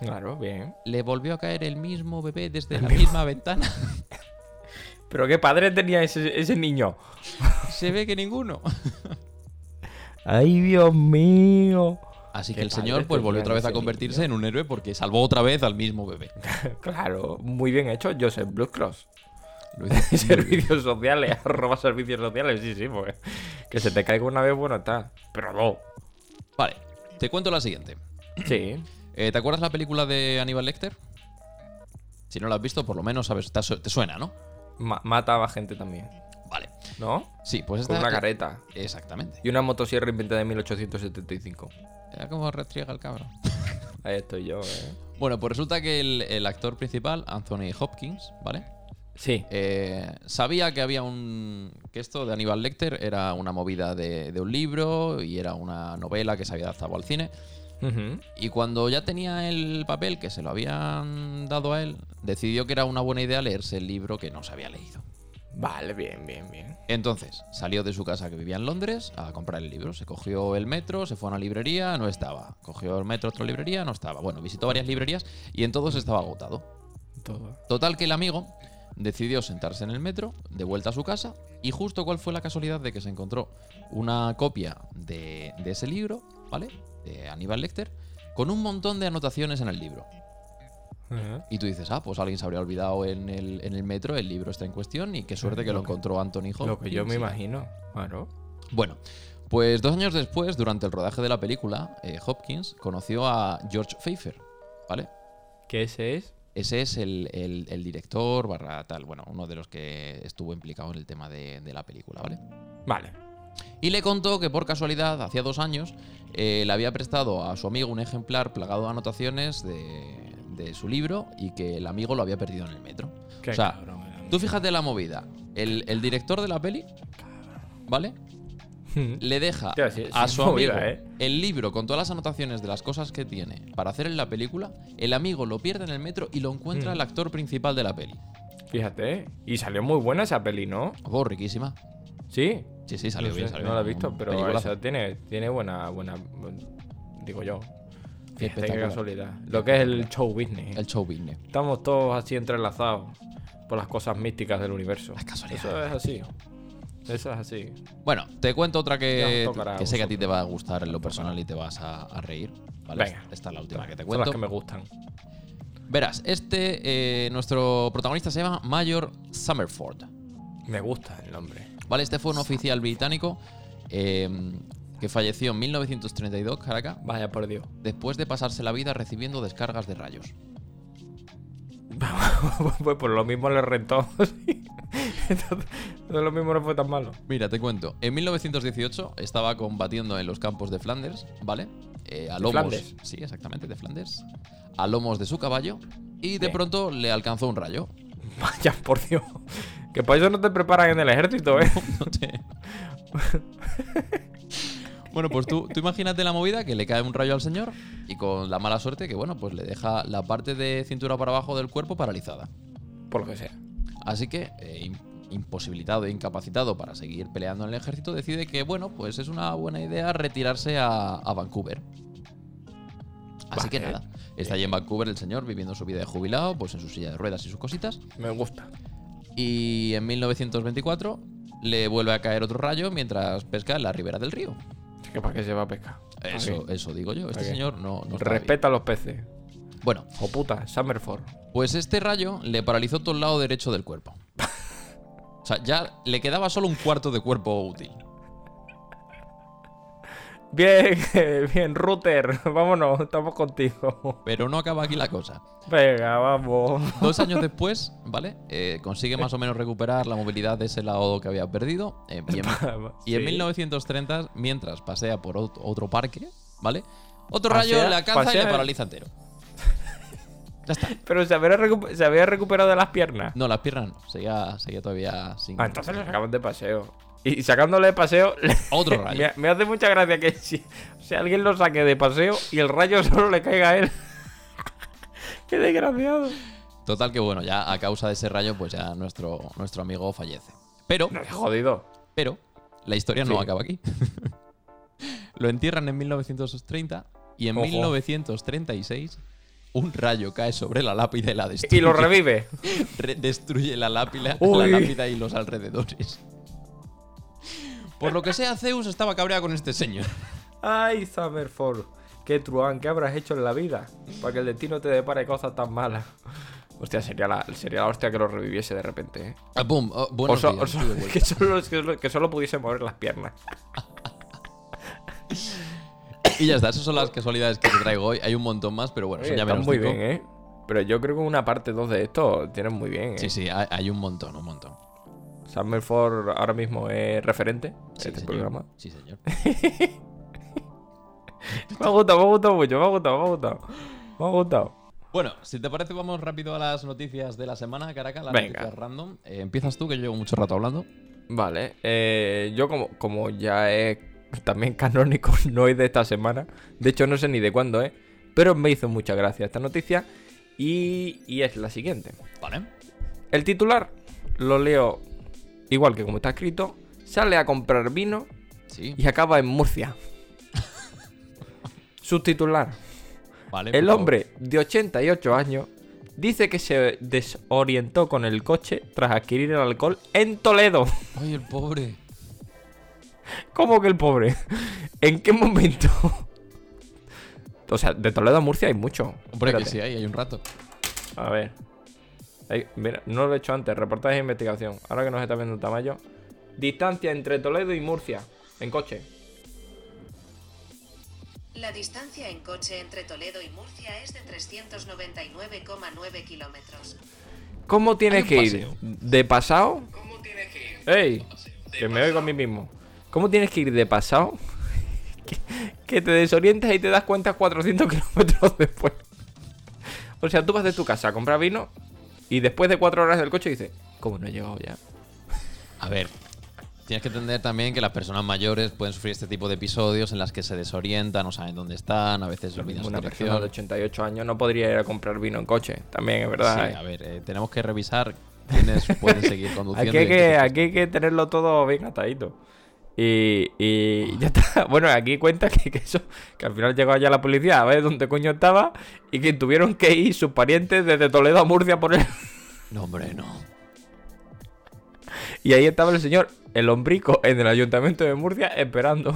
Speaker 2: Claro, bien.
Speaker 3: Le volvió a caer el mismo bebé desde la misma ventana.
Speaker 2: Pero qué padre tenía ese, ese niño.
Speaker 3: se ve que ninguno.
Speaker 2: Ay, Dios mío.
Speaker 3: Así que
Speaker 2: Qué padre
Speaker 3: el
Speaker 2: este
Speaker 3: señor pues
Speaker 2: tenía
Speaker 3: volvió otra vez a
Speaker 2: ese
Speaker 3: convertirse
Speaker 2: niño.
Speaker 3: en un héroe porque salvó otra vez al mismo bebé.
Speaker 2: Claro, muy bien hecho, Joseph Bluecross.
Speaker 3: Lo hizo muy bien.
Speaker 2: servicios sociales, arroba servicios sociales, sí, sí, pues. Que se te caiga una vez, bueno, está. Pero no.
Speaker 3: Vale, te cuento la siguiente.
Speaker 2: Sí.
Speaker 3: Eh, ¿Te acuerdas la película de Aníbal Lecter? Si no la has visto, por lo menos sabes, te su- te suena, ¿no?
Speaker 2: Ma- mataba gente también,
Speaker 3: Vale.
Speaker 2: ¿no?
Speaker 3: Sí, pues esta
Speaker 2: Con una carreta.
Speaker 3: Exactamente.
Speaker 2: Y una motosierra inventada en 1875.
Speaker 3: Era como restriega el cabrón.
Speaker 2: Ahí estoy yo, eh.
Speaker 3: Bueno, pues resulta que el, el actor principal, Anthony Hopkins, ¿vale?
Speaker 2: Sí.
Speaker 3: Eh, sabía que había un. que esto de Aníbal Lecter era una movida de, de un libro y era una novela que se había adaptado al cine.
Speaker 2: Ujú.
Speaker 3: Y cuando ya tenía el papel que se lo habían dado a él, decidió que era una buena idea leerse el libro que no se había leído.
Speaker 2: Vale, bien, bien, bien.
Speaker 3: Entonces, salió de su casa que vivía en Londres a comprar el libro. Se cogió el metro, se fue a una librería, no estaba. Cogió el metro, a otra librería, no estaba. Bueno, visitó varias librerías y en todos estaba agotado.
Speaker 2: Todo.
Speaker 3: Total que el amigo decidió sentarse en el metro, de vuelta a su casa, y justo cuál fue la casualidad de que se encontró una copia de, de ese libro, ¿vale? De Aníbal Lecter, con un montón de anotaciones en el libro.
Speaker 2: Ajá.
Speaker 3: Y tú dices, ah, pues alguien se habría olvidado en el, en el metro el libro está en cuestión y qué suerte que lo encontró Anthony Hopkins.
Speaker 2: Eh, Lo que yo me
Speaker 3: Sí.
Speaker 2: imagino. Claro.
Speaker 3: Bueno, pues dos años después, durante el rodaje de la película, eh, Hopkins conoció a George Pfeiffer, ¿vale?
Speaker 2: Que ese es.
Speaker 3: Ese es el, el- el director, barra tal, bueno, uno de los que estuvo implicado en el tema de, de la película, ¿vale?
Speaker 2: Vale.
Speaker 3: Y le contó que por casualidad, hacía dos años, eh, le había prestado a su amigo un ejemplar plagado de anotaciones de, de su libro y que el amigo lo había perdido en el metro.
Speaker 2: Qué
Speaker 3: o sea,
Speaker 2: cabrón, era.
Speaker 3: tú fíjate la movida. El, el director de la peli, ¿vale? le deja
Speaker 2: Tío, sí,
Speaker 3: a
Speaker 2: sí,
Speaker 3: su amigo
Speaker 2: movida, ¿eh?
Speaker 3: el libro con todas las anotaciones de las cosas que tiene para hacer en la película. El amigo lo pierde en el metro y lo encuentra
Speaker 2: Mm.
Speaker 3: el actor principal de la peli.
Speaker 2: Fíjate. Y salió muy buena esa peli, ¿no?
Speaker 3: Oh, riquísima.
Speaker 2: Sí.
Speaker 3: Sí, sí, salió
Speaker 2: No sé,
Speaker 3: bien. Salió
Speaker 2: no la he
Speaker 3: bien.
Speaker 2: visto, pero
Speaker 3: Peliculaza.
Speaker 2: esa tiene, tiene buena, buena. Digo yo. Fíjate qué
Speaker 3: Espectacular.
Speaker 2: casualidad. Lo que es el show business.
Speaker 3: El show business.
Speaker 2: Estamos todos así entrelazados por las cosas místicas del universo.
Speaker 3: Las casualidades.
Speaker 2: Eso es así. Eso es así.
Speaker 3: Bueno, te cuento otra
Speaker 2: Ya
Speaker 3: que,
Speaker 2: os tocará a
Speaker 3: que sé que a ti
Speaker 2: vosotros.
Speaker 3: te va a gustar en lo personal y te vas a, a reír. ¿vale?
Speaker 2: Venga.
Speaker 3: Esta es la última que te
Speaker 2: Son
Speaker 3: cuento.
Speaker 2: las que me gustan.
Speaker 3: Verás, este, eh, nuestro protagonista se llama Mayor Summerford.
Speaker 2: Me gusta el nombre.
Speaker 3: Vale, este fue un oficial británico eh, que falleció en 1932, Caracas,
Speaker 2: Vaya por Dios.
Speaker 3: después de pasarse la vida recibiendo descargas de rayos.
Speaker 2: pues por lo mismo le rentó. Entonces, lo mismo no fue tan malo.
Speaker 3: Mira, te cuento. En 1918 estaba combatiendo en los campos de Flanders, ¿vale? Eh, a
Speaker 2: ¿De
Speaker 3: lomos.
Speaker 2: Flandes?
Speaker 3: Sí, exactamente, de Flanders. A lomos de su caballo. Y de
Speaker 2: Bien.
Speaker 3: pronto le alcanzó un rayo.
Speaker 2: Vaya por Dios. Que para eso no te preparan en el ejército, ¿eh?
Speaker 3: No sé. bueno, pues tú, tú imagínate la movida que le cae un rayo al señor y con la mala suerte que, bueno, pues le deja la parte de cintura para abajo del cuerpo paralizada.
Speaker 2: Por lo que sea.
Speaker 3: Así que, eh, im- imposibilitado e incapacitado para seguir peleando en el ejército, decide que, bueno, pues es una buena idea retirarse a, a Vancouver. Así
Speaker 2: Vale.
Speaker 3: que nada, está allí en Vancouver el señor viviendo su vida de jubilado, pues en su silla de ruedas y sus cositas.
Speaker 2: Me gusta.
Speaker 3: Y en 1924 le vuelve a caer otro rayo mientras pesca en la ribera del río.
Speaker 2: Es que para qué se va a pescar.
Speaker 3: Eso,
Speaker 2: Ok.
Speaker 3: eso digo yo, este
Speaker 2: Ok.
Speaker 3: señor no... no está
Speaker 2: Respeta a los peces.
Speaker 3: bien. Bueno,
Speaker 2: O puta, Summerford.
Speaker 3: pues este rayo le paralizó todo el lado derecho del cuerpo. O sea, ya le quedaba solo un cuarto de cuerpo útil.
Speaker 2: Bien, bien, router. Vámonos, estamos contigo.
Speaker 3: Pero no acaba aquí la cosa.
Speaker 2: Venga, vamos.
Speaker 3: Dos años después, ¿vale? Eh, consigue más o menos recuperar la movilidad de ese lado que había perdido. eh, y en, y en
Speaker 2: Sí.
Speaker 3: 1930, mientras pasea por ot- otro parque, ¿vale? Otro
Speaker 2: Pasea-
Speaker 3: rayo le alcanza y
Speaker 2: pasea-
Speaker 3: le paraliza entero. Ya está.
Speaker 2: Pero se había, recu- se había recuperado de las piernas.
Speaker 3: No, las piernas no. Seguía, seguía todavía sin.
Speaker 2: Ah, entonces le sacaban de paseo. Y sacándole de paseo. le-
Speaker 3: Otro rayo.
Speaker 2: me, me hace mucha gracia que si, si alguien lo saque de paseo y el rayo solo le caiga a él. Qué desgraciado.
Speaker 3: Total que bueno, ya a causa de ese rayo, pues ya nuestro, nuestro amigo fallece. Pero,
Speaker 2: No, qué jodido.
Speaker 3: pero, la historia no
Speaker 2: Sí.
Speaker 3: acaba aquí. Lo entierran en 1930 y en
Speaker 2: Ojo.
Speaker 3: 1936 un rayo cae sobre la lápida y la destruye.
Speaker 2: Y lo revive.
Speaker 3: Re- destruye la lápida, la
Speaker 2: Uy.
Speaker 3: lápida y los alrededores. Por lo que sea, Zeus estaba cabreado con este señor.
Speaker 2: Ay, Summerford. Qué truán, ¿qué habrás hecho en la vida? Para que el destino te depare cosas tan malas. Hostia, sería la, sería la hostia que lo reviviese de repente, ¿eh?
Speaker 3: Ah, boom, oh,
Speaker 2: O
Speaker 3: buenos
Speaker 2: so-
Speaker 3: días,
Speaker 2: o so-
Speaker 3: estoy de vuelta.
Speaker 2: que, solo, que solo- que solo pudiese mover las piernas.
Speaker 3: Y ya está, esas son las casualidades que te traigo hoy. Hay un montón más, pero bueno,
Speaker 2: Oye,
Speaker 3: eso ya me
Speaker 2: están
Speaker 3: los
Speaker 2: muy
Speaker 3: digo.
Speaker 2: bien, ¿eh? Pero yo creo que una parte 2 de esto tienen muy bien, ¿eh?
Speaker 3: Sí, sí, hay, hay un montón, un montón.
Speaker 2: Summerford ahora mismo es referente de
Speaker 3: Sí,
Speaker 2: este
Speaker 3: señor.
Speaker 2: programa.
Speaker 3: Sí, señor.
Speaker 2: Me ha gustado, me ha gustado mucho, me ha gustado, me ha gustado. Me ha gustado.
Speaker 3: Bueno, si te parece, vamos rápido a las noticias de la semana, Caraca, las
Speaker 2: Venga.
Speaker 3: noticias random. Eh, empiezas tú, que yo llevo mucho rato hablando.
Speaker 2: Vale, eh, yo como, como ya es también canónico, no es de esta semana, de hecho no sé ni de cuándo es, pero me hizo mucha gracia esta noticia y, y es la siguiente.
Speaker 3: Vale.
Speaker 2: El titular lo leo igual que como está escrito, sale a comprar vino
Speaker 3: Sí,
Speaker 2: y acaba en Murcia. Subtitular.
Speaker 3: vale. por
Speaker 2: El
Speaker 3: favor.
Speaker 2: hombre de 88 años dice que se desorientó con el coche tras adquirir el alcohol en Toledo.
Speaker 3: Ay, el pobre.
Speaker 2: ¿Cómo que el pobre? ¿En qué momento? O sea, de Toledo a Murcia hay mucho.
Speaker 3: Hombre, que
Speaker 2: Espérate.
Speaker 3: sí, ahí hay un rato.
Speaker 2: A ver. Ahí, mira, no lo he hecho antes, reportaje de investigación. Ahora que nos está viendo Tamayo. Distancia entre Toledo y Murcia. En coche.
Speaker 4: La distancia en coche entre Toledo y Murcia es de 399,9 kilómetros.
Speaker 2: ¿Cómo tienes
Speaker 3: Hay un
Speaker 2: que ir?
Speaker 3: paseo.
Speaker 2: ¿De pasado? ¡Ey! Que me oigo a mí mismo. ¿Cómo tienes que ir de pasado? que, que te desorientas y te das cuenta 400 kilómetros después. O sea, tú vas de tu casa a comprar vino y después de 4 horas del coche dices, ¿cómo no he llegado ya?
Speaker 3: A ver, tienes que entender también que las personas mayores pueden sufrir este tipo de episodios en las que se desorientan, no saben dónde están, a veces olvidan su
Speaker 2: Una persona de
Speaker 3: dirección.
Speaker 2: 88 años no podría ir a comprar vino en coche. También es
Speaker 3: Sí,
Speaker 2: verdad. ¿eh?
Speaker 3: a ver, eh, tenemos que revisar quiénes pueden seguir conduciendo.
Speaker 2: Aquí hay,
Speaker 3: y quiénes
Speaker 2: que,
Speaker 3: no.
Speaker 2: aquí hay que tenerlo todo bien atadito. Y, y ya está. Bueno, aquí cuenta que, que eso, que al final llegó allá la policía a ver dónde coño estaba y que tuvieron que ir sus parientes desde Toledo a Murcia por él.
Speaker 3: No, hombre, no.
Speaker 2: Y ahí estaba el señor, el hombrico, en el ayuntamiento de Murcia esperando.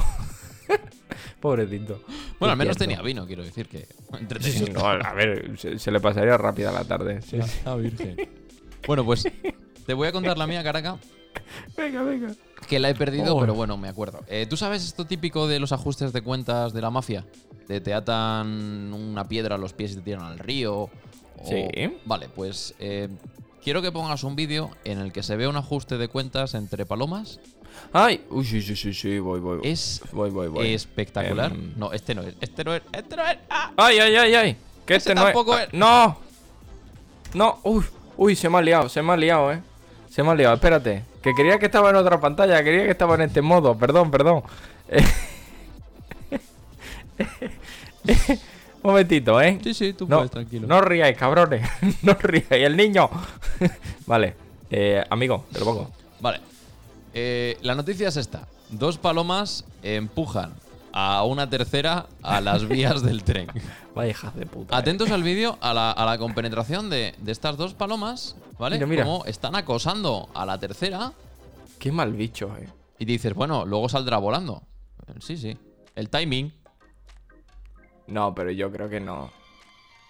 Speaker 2: Pobrecito.
Speaker 3: Bueno, al menos
Speaker 2: Qué tierno.
Speaker 3: tenía vino, quiero decir que.
Speaker 2: Sí, sí,
Speaker 3: Entretenido.
Speaker 2: no, a ver, se, se le pasaría rápida la tarde. sí, sí.
Speaker 3: Ah, virgen. Bueno, pues te voy a contar la mía, Caraca,
Speaker 2: Venga, venga.
Speaker 3: que la he perdido,
Speaker 2: Oh.
Speaker 3: pero bueno, me acuerdo. Eh, ¿Tú sabes esto típico de los ajustes de cuentas de la mafia? De te atan una piedra a los pies y te tiran al río. o-
Speaker 2: Sí.
Speaker 3: Vale, pues eh, quiero que pongas un vídeo en el que se vea un ajuste de cuentas entre palomas.
Speaker 2: Ay, uy, sí, sí, sí, sí, voy, voy. voy.
Speaker 3: Es
Speaker 2: Voy, voy, voy.
Speaker 3: espectacular.
Speaker 2: Em.
Speaker 3: No, este no es. Este no es. Este no es. ¡Ah!
Speaker 2: ¡Ay, ay, ay, ay! Que
Speaker 3: Ese
Speaker 2: este no es-
Speaker 3: tampoco
Speaker 2: ah,
Speaker 3: es.
Speaker 2: ¡No! No, uy, uy, se me ha liado, se me ha liado, eh. Se me ha liado, espérate. Que quería que estaba en otra pantalla, quería que estaba en este modo, perdón, perdón. Eh, Momentito, eh.
Speaker 3: Sí, sí, tú
Speaker 2: No,
Speaker 3: puedes, tranquilo.
Speaker 2: no os ríais, cabrones. no os ríais, el niño. vale, eh, amigo, te lo pongo.
Speaker 3: Vale. Eh, la noticia es esta. Dos palomas empujan a una tercera a las vías del tren.
Speaker 2: Vaya hijas de puta. eh.
Speaker 3: Atentos al vídeo, a la, a la compenetración de, de estas dos palomas, ¿vale?
Speaker 2: Mira, mira.
Speaker 3: Como están acosando a la tercera
Speaker 2: Qué mal bicho, eh.
Speaker 3: y dices, bueno, luego saldrá volando. Sí, sí. El timing.
Speaker 2: No, pero yo creo que no.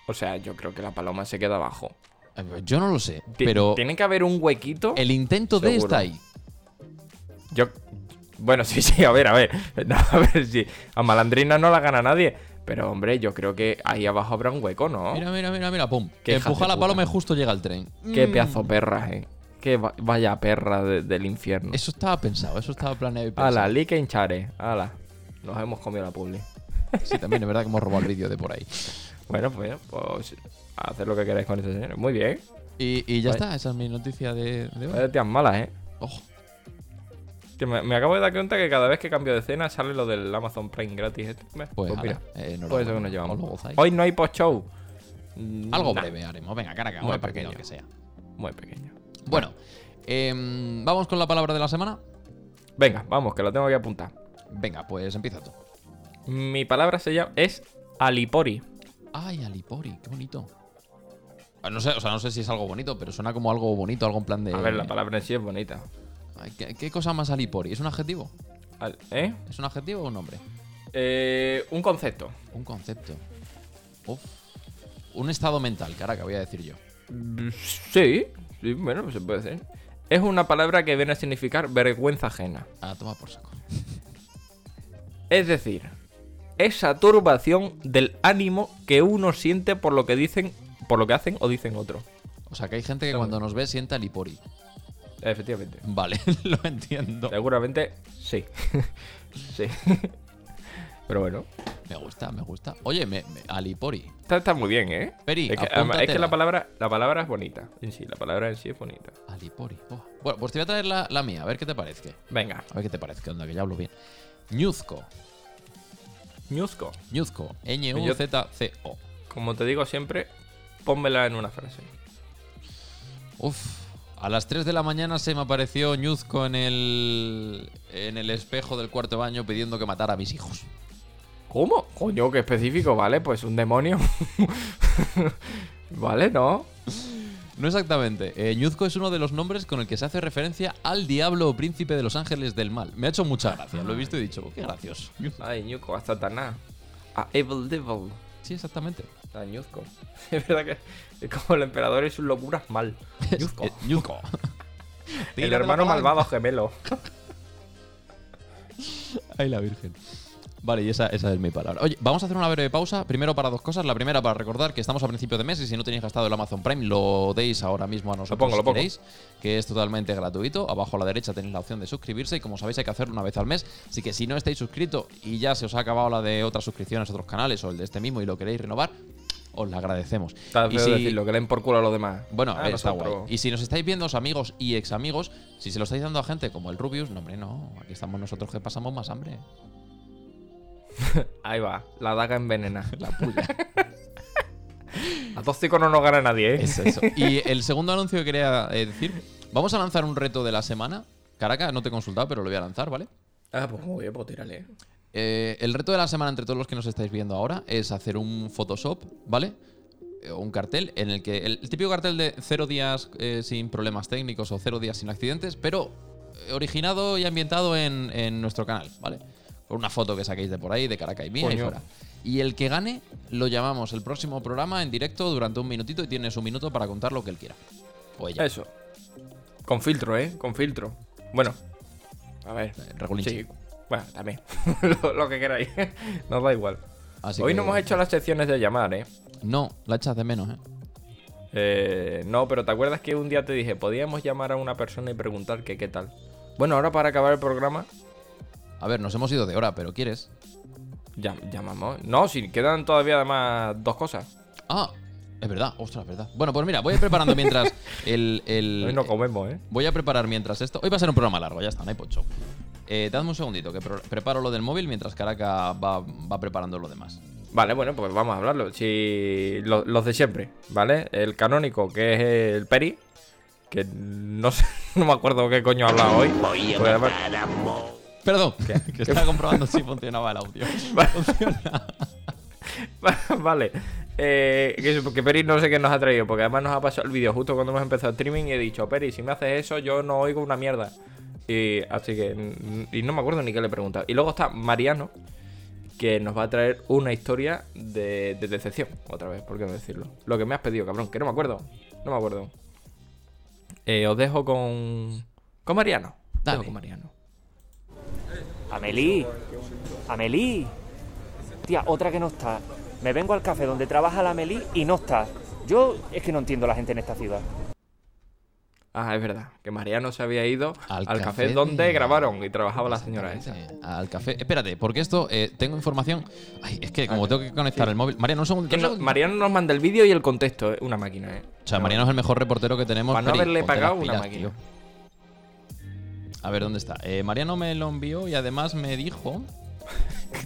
Speaker 2: O sea, yo creo que la paloma se queda abajo.
Speaker 3: eh, Yo no lo sé,
Speaker 2: Ti-
Speaker 3: pero
Speaker 2: Tiene que haber un huequito.
Speaker 3: el intento de
Speaker 2: Seguro.
Speaker 3: está ahí.
Speaker 2: Yo. Bueno, sí, sí, a ver, a ver. No, a ver si. A Malandrina no la gana nadie. Pero, hombre, yo creo que ahí abajo habrá un hueco, ¿no?
Speaker 3: Mira, mira, mira, mira, pum.
Speaker 2: Oh. Qué hijas
Speaker 3: Empuja
Speaker 2: de
Speaker 3: la
Speaker 2: puta.
Speaker 3: paloma y justo llega el tren.
Speaker 2: Qué
Speaker 3: Mm,
Speaker 2: pedazo perra, eh. Qué va- vaya perra de- del infierno.
Speaker 3: Eso estaba pensado, eso estaba planeado y pensado.
Speaker 2: Ala, like en chare. Ala. Nos hemos comido la publi.
Speaker 3: Sí, también es verdad que hemos robado el vídeo de por ahí.
Speaker 2: Bueno, pues, pues. Haced lo que queráis con ese señor. Muy bien.
Speaker 3: Y, y ya
Speaker 2: Vale.
Speaker 3: está, esa es mi noticia de, de hoy.
Speaker 2: Vaya tías malas, eh.
Speaker 3: Ojo.
Speaker 2: Que me, me acabo de dar cuenta que cada vez que cambio de escena sale lo del Amazon Prime gratis. este. Pues,
Speaker 3: Pues, ala,
Speaker 2: mira.
Speaker 3: eh, enhorabuena.
Speaker 2: Pues eso que nos
Speaker 3: Os lo
Speaker 2: llevamos.
Speaker 3: gozáis.
Speaker 2: Hoy no hay post-show. Mm,
Speaker 3: Algo
Speaker 2: Nah,
Speaker 3: breve haremos. Venga, caraca,
Speaker 2: Muy
Speaker 3: muy pequeño
Speaker 2: pequeño.
Speaker 3: que sea.
Speaker 2: Muy pequeño.
Speaker 3: Bueno, em, vamos con la palabra de la semana.
Speaker 2: Venga, vamos, que lo tengo que apuntar.
Speaker 3: Venga, pues empieza tú.
Speaker 2: Mi palabra se llama, es alipori.
Speaker 3: Ay, Alipori, qué bonito. Ah, No sé, o sea, no sé si es algo bonito, pero suena como algo bonito, algo en plan de.
Speaker 2: A ver, la palabra en sí es bonita.
Speaker 3: Ay, ¿Qué, qué cosa más Alipori? ¿Es un adjetivo?
Speaker 2: Al- ¿eh?
Speaker 3: ¿Es un adjetivo o un nombre?
Speaker 2: Eh, un concepto.
Speaker 3: Un concepto. Uf. Un estado mental, caraca, voy a decir yo.
Speaker 2: Mm, Sí, sí, bueno, pues se puede decir. Es una palabra que viene a significar vergüenza ajena.
Speaker 3: Ah, toma por saco.
Speaker 2: Es decir, esa turbación del ánimo que uno siente por lo que dicen, por lo que hacen o dicen otro.
Speaker 3: O sea, que hay gente que cuando nos ve sienta Alipori.
Speaker 2: Efectivamente.
Speaker 3: Vale, lo entiendo.
Speaker 2: Seguramente sí. sí. Pero bueno.
Speaker 3: Me gusta, me gusta. Oye, me, me- Alipori.
Speaker 2: Está, está muy bien, ¿eh?
Speaker 3: Peri,
Speaker 2: es que, además, es que
Speaker 3: apúntatela.
Speaker 2: la palabra, la palabra es bonita. En sí, la palabra en sí es bonita.
Speaker 3: Alipori. Buah. Bueno, pues te voy a traer la, la mía, a ver qué te parece.
Speaker 2: Venga,
Speaker 3: A ver qué te parece, onda, que ya hablo bien. Ñuzco.
Speaker 2: ñuzco.
Speaker 3: Ñuzco. Ñ-U-Z-C-O.
Speaker 2: Como te digo siempre, pónmela en una frase.
Speaker 3: Uf. A las 3 de la mañana se me apareció Ñuzco en el, en el espejo del cuarto de baño pidiendo que matara a mis hijos.
Speaker 2: ¿Cómo? Coño, qué específico, ¿vale? Pues un demonio. vale, ¿no?
Speaker 3: No exactamente. Eh, Ñuzco es uno de los nombres con el que se hace referencia al diablo o príncipe de los ángeles del mal. Me ha hecho "Oh, mucha gracia. Lo he visto y he dicho, qué gracioso.
Speaker 2: Ay, ñuco, a Satanás. A Ah, Evil Devil.
Speaker 3: Sí, exactamente.
Speaker 2: La ñuzco. Ah, Es verdad que es como el emperador y sus locuras mal. Ñuzco.
Speaker 3: Eh, Ñuzco.
Speaker 2: El
Speaker 3: Tírate
Speaker 2: hermano
Speaker 3: la palanca.
Speaker 2: malvado gemelo.
Speaker 3: Ay, la Virgen. Vale, y esa, esa es mi palabra. Oye, vamos a hacer una breve pausa. Primero para dos cosas. La primera para recordar que estamos a principio de mes y si no tenéis gastado el Amazon Prime, lo deis ahora mismo a nosotros.
Speaker 2: pongo,
Speaker 3: si
Speaker 2: lo pongo.
Speaker 3: queréis, que es totalmente gratuito. Abajo a la derecha tenéis la opción de suscribirse y como sabéis hay que hacerlo una vez al mes. Así que si no estáis suscritos y ya se os ha acabado la de otras suscripciones, otros canales o el de este mismo y lo queréis renovar, os la agradecemos.
Speaker 2: Está
Speaker 3: Y
Speaker 2: feo
Speaker 3: si-
Speaker 2: decirlo, que leen por culo a los demás.
Speaker 3: bueno, a
Speaker 2: Ah,
Speaker 3: ver, está guay.
Speaker 2: nosotros.
Speaker 3: Y si nos estáis viendo, os amigos y ex amigos, si se lo estáis dando a gente como el Rubius, no, hombre, no. Aquí estamos nosotros que pasamos más hambre.
Speaker 2: Ahí va, la daga envenena. La puya. a dos chicos no nos gana nadie, ¿eh?
Speaker 3: Eso, eso. Y el segundo anuncio que quería eh, decir, vamos a lanzar un reto de la semana. Caraca, no te he consultado, pero lo voy a lanzar, ¿vale?
Speaker 2: Ah, pues muy bien, pues tírale.
Speaker 3: Eh, el reto de la semana entre todos los que nos estáis viendo ahora es hacer un Photoshop, ¿vale? Eh, Un cartel en el que. El, el típico cartel de cero días eh, sin problemas técnicos o cero días sin accidentes, pero eh, originado y ambientado en, en nuestro canal, ¿vale? Con una foto que saquéis de por ahí, de Caracas y mía y
Speaker 2: Coño.
Speaker 3: fuera. Y el que gane lo llamamos el próximo programa en directo durante un minutito y tienes un minuto para contar lo que él quiera. Pues O ella.
Speaker 2: Eso. Con filtro, ¿eh? Con filtro. Bueno. A ver.
Speaker 3: Regulinchi.
Speaker 2: Sí. Bueno, también. lo, lo que queráis. Nos da igual.
Speaker 3: Así
Speaker 2: Hoy
Speaker 3: que-
Speaker 2: no hemos hecho las secciones de llamar, ¿eh?
Speaker 3: No, la echas de menos, ¿eh?
Speaker 2: Eh, no, pero ¿te acuerdas que un día te dije, podíamos llamar a una persona y preguntar que qué tal? Bueno, ahora para acabar el programa,
Speaker 3: A ver, nos hemos ido de hora, pero ¿quieres?
Speaker 2: ya, llamamos. No, si quedan todavía además dos cosas.
Speaker 3: Ah, es verdad, ostras, es verdad. Bueno, pues mira, voy a ir preparando mientras el. el-
Speaker 2: Hoy no comemos, ¿eh?
Speaker 3: voy a preparar mientras esto. Hoy va a ser un programa largo, ya está, no hay pocho. Eh, dadme un segundito, que pro- preparo lo del móvil mientras Caraca va, va preparando lo demás.
Speaker 2: Vale, bueno, pues vamos a hablarlo. Si lo- los de siempre, ¿vale? El canónico, que es el Peri, que no sé, no me acuerdo qué coño ha hablado hoy. Pues, Porque además-
Speaker 3: Perdón, que estaba comprobando si funcionaba el audio. Funciona.
Speaker 2: vale. Eh, que, eso, porque Peri no sé qué nos ha traído, porque además nos ha pasado el vídeo justo cuando hemos empezado el streaming y he dicho, Peri, si me haces eso, yo no oigo una mierda. Y así que. mm, Y no me acuerdo ni qué le he preguntado. Y luego está Mariano, que nos va a traer una historia de, de decepción. Otra vez, ¿por qué no decirlo? Lo que me has pedido, cabrón, que no me acuerdo. No me acuerdo. Eh, os dejo con. Con Mariano. Os
Speaker 3: Dale.
Speaker 2: dejo con Mariano.
Speaker 6: Amelie, Amelie, tía, otra que no está. Me vengo al café donde trabaja la Amelie y no está. Yo es que no entiendo a la gente en esta ciudad.
Speaker 2: Ah, es verdad, que Mariano se había ido al, café,
Speaker 3: de-
Speaker 2: donde grabaron y trabajaba la señora esa.
Speaker 3: Exactamente, Al café. Espérate, porque esto eh, tengo información. Ay, es que como tengo que conectar el móvil. Mariano, un segundo.
Speaker 2: Que
Speaker 3: un
Speaker 2: no-
Speaker 3: segundo.
Speaker 2: Mariano nos manda el vídeo y el contexto, ¿eh? una máquina, ¿eh?
Speaker 3: O sea, Mariano es el mejor reportero que tenemos.
Speaker 2: Para no
Speaker 3: Peri,
Speaker 2: haberle
Speaker 3: ponte
Speaker 2: pagado
Speaker 3: las
Speaker 2: una
Speaker 3: pilas,
Speaker 2: máquina.
Speaker 3: tío. A ver, ¿dónde está? Eh, Mariano me lo envió y además me dijo...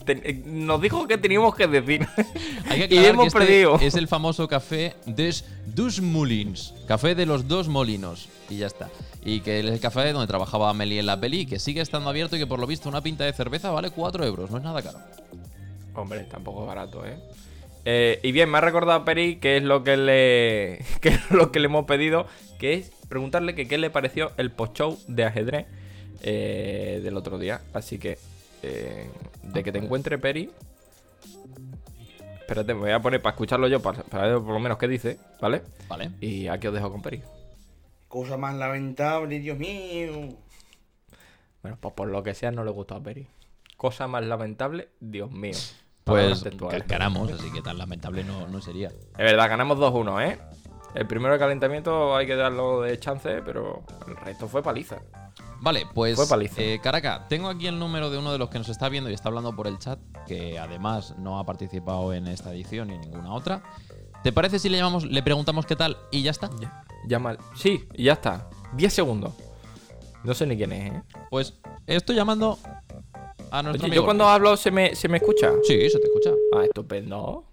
Speaker 2: Te- eh, nos dijo que teníamos que decir.
Speaker 3: Hay que
Speaker 2: y
Speaker 3: aclarar
Speaker 2: hemos
Speaker 3: que este
Speaker 2: perdido.
Speaker 3: es el famoso café des dos Moulins. Café de los dos molinos. Y ya está. Y que es el café donde trabajaba Amelie en la peli, que sigue estando abierto y que por lo visto una pinta de cerveza vale 4 euros. No es nada caro.
Speaker 2: Hombre, tampoco es barato, ¿eh? Eh, y bien, me ha recordado Peri que es lo que le que es lo que le hemos pedido, que es preguntarle que qué le pareció el post-show de ajedrez eh, del otro día. Así que, eh, de que te encuentre Peri... Espérate, me voy a poner para escucharlo yo, para, para ver por lo menos qué dice, ¿vale?
Speaker 3: Vale.
Speaker 2: Y aquí os dejo con Peri.
Speaker 7: Cosa más lamentable, Dios mío.
Speaker 2: Bueno, pues por lo que sea no le gustó a Peri. Cosa más lamentable, Dios mío.
Speaker 3: Pues
Speaker 2: Palabras textuales.
Speaker 3: ga- ganamos, así que tan lamentable no, no sería.
Speaker 2: Es verdad, ganamos 2-1, ¿eh? El primero de calentamiento hay que darlo de chance, pero el resto fue paliza.
Speaker 3: Vale, pues.
Speaker 2: Fue paliza.
Speaker 3: eh, Caraca, tengo aquí el número de uno de los que nos está viendo y está hablando por el chat, que además no ha participado en esta edición ni en ninguna otra. ¿Te parece si le llamamos, le preguntamos qué tal y ya está?
Speaker 2: Ya, ya mal. Sí, y ya está. 10 segundos. No sé ni quién es, ¿eh?
Speaker 3: Pues estoy llamando a nuestro
Speaker 2: Oye,
Speaker 3: amigo.
Speaker 2: yo cuando hablo se me, se me escucha.
Speaker 3: Sí, se te escucha.
Speaker 2: Ah, estupendo.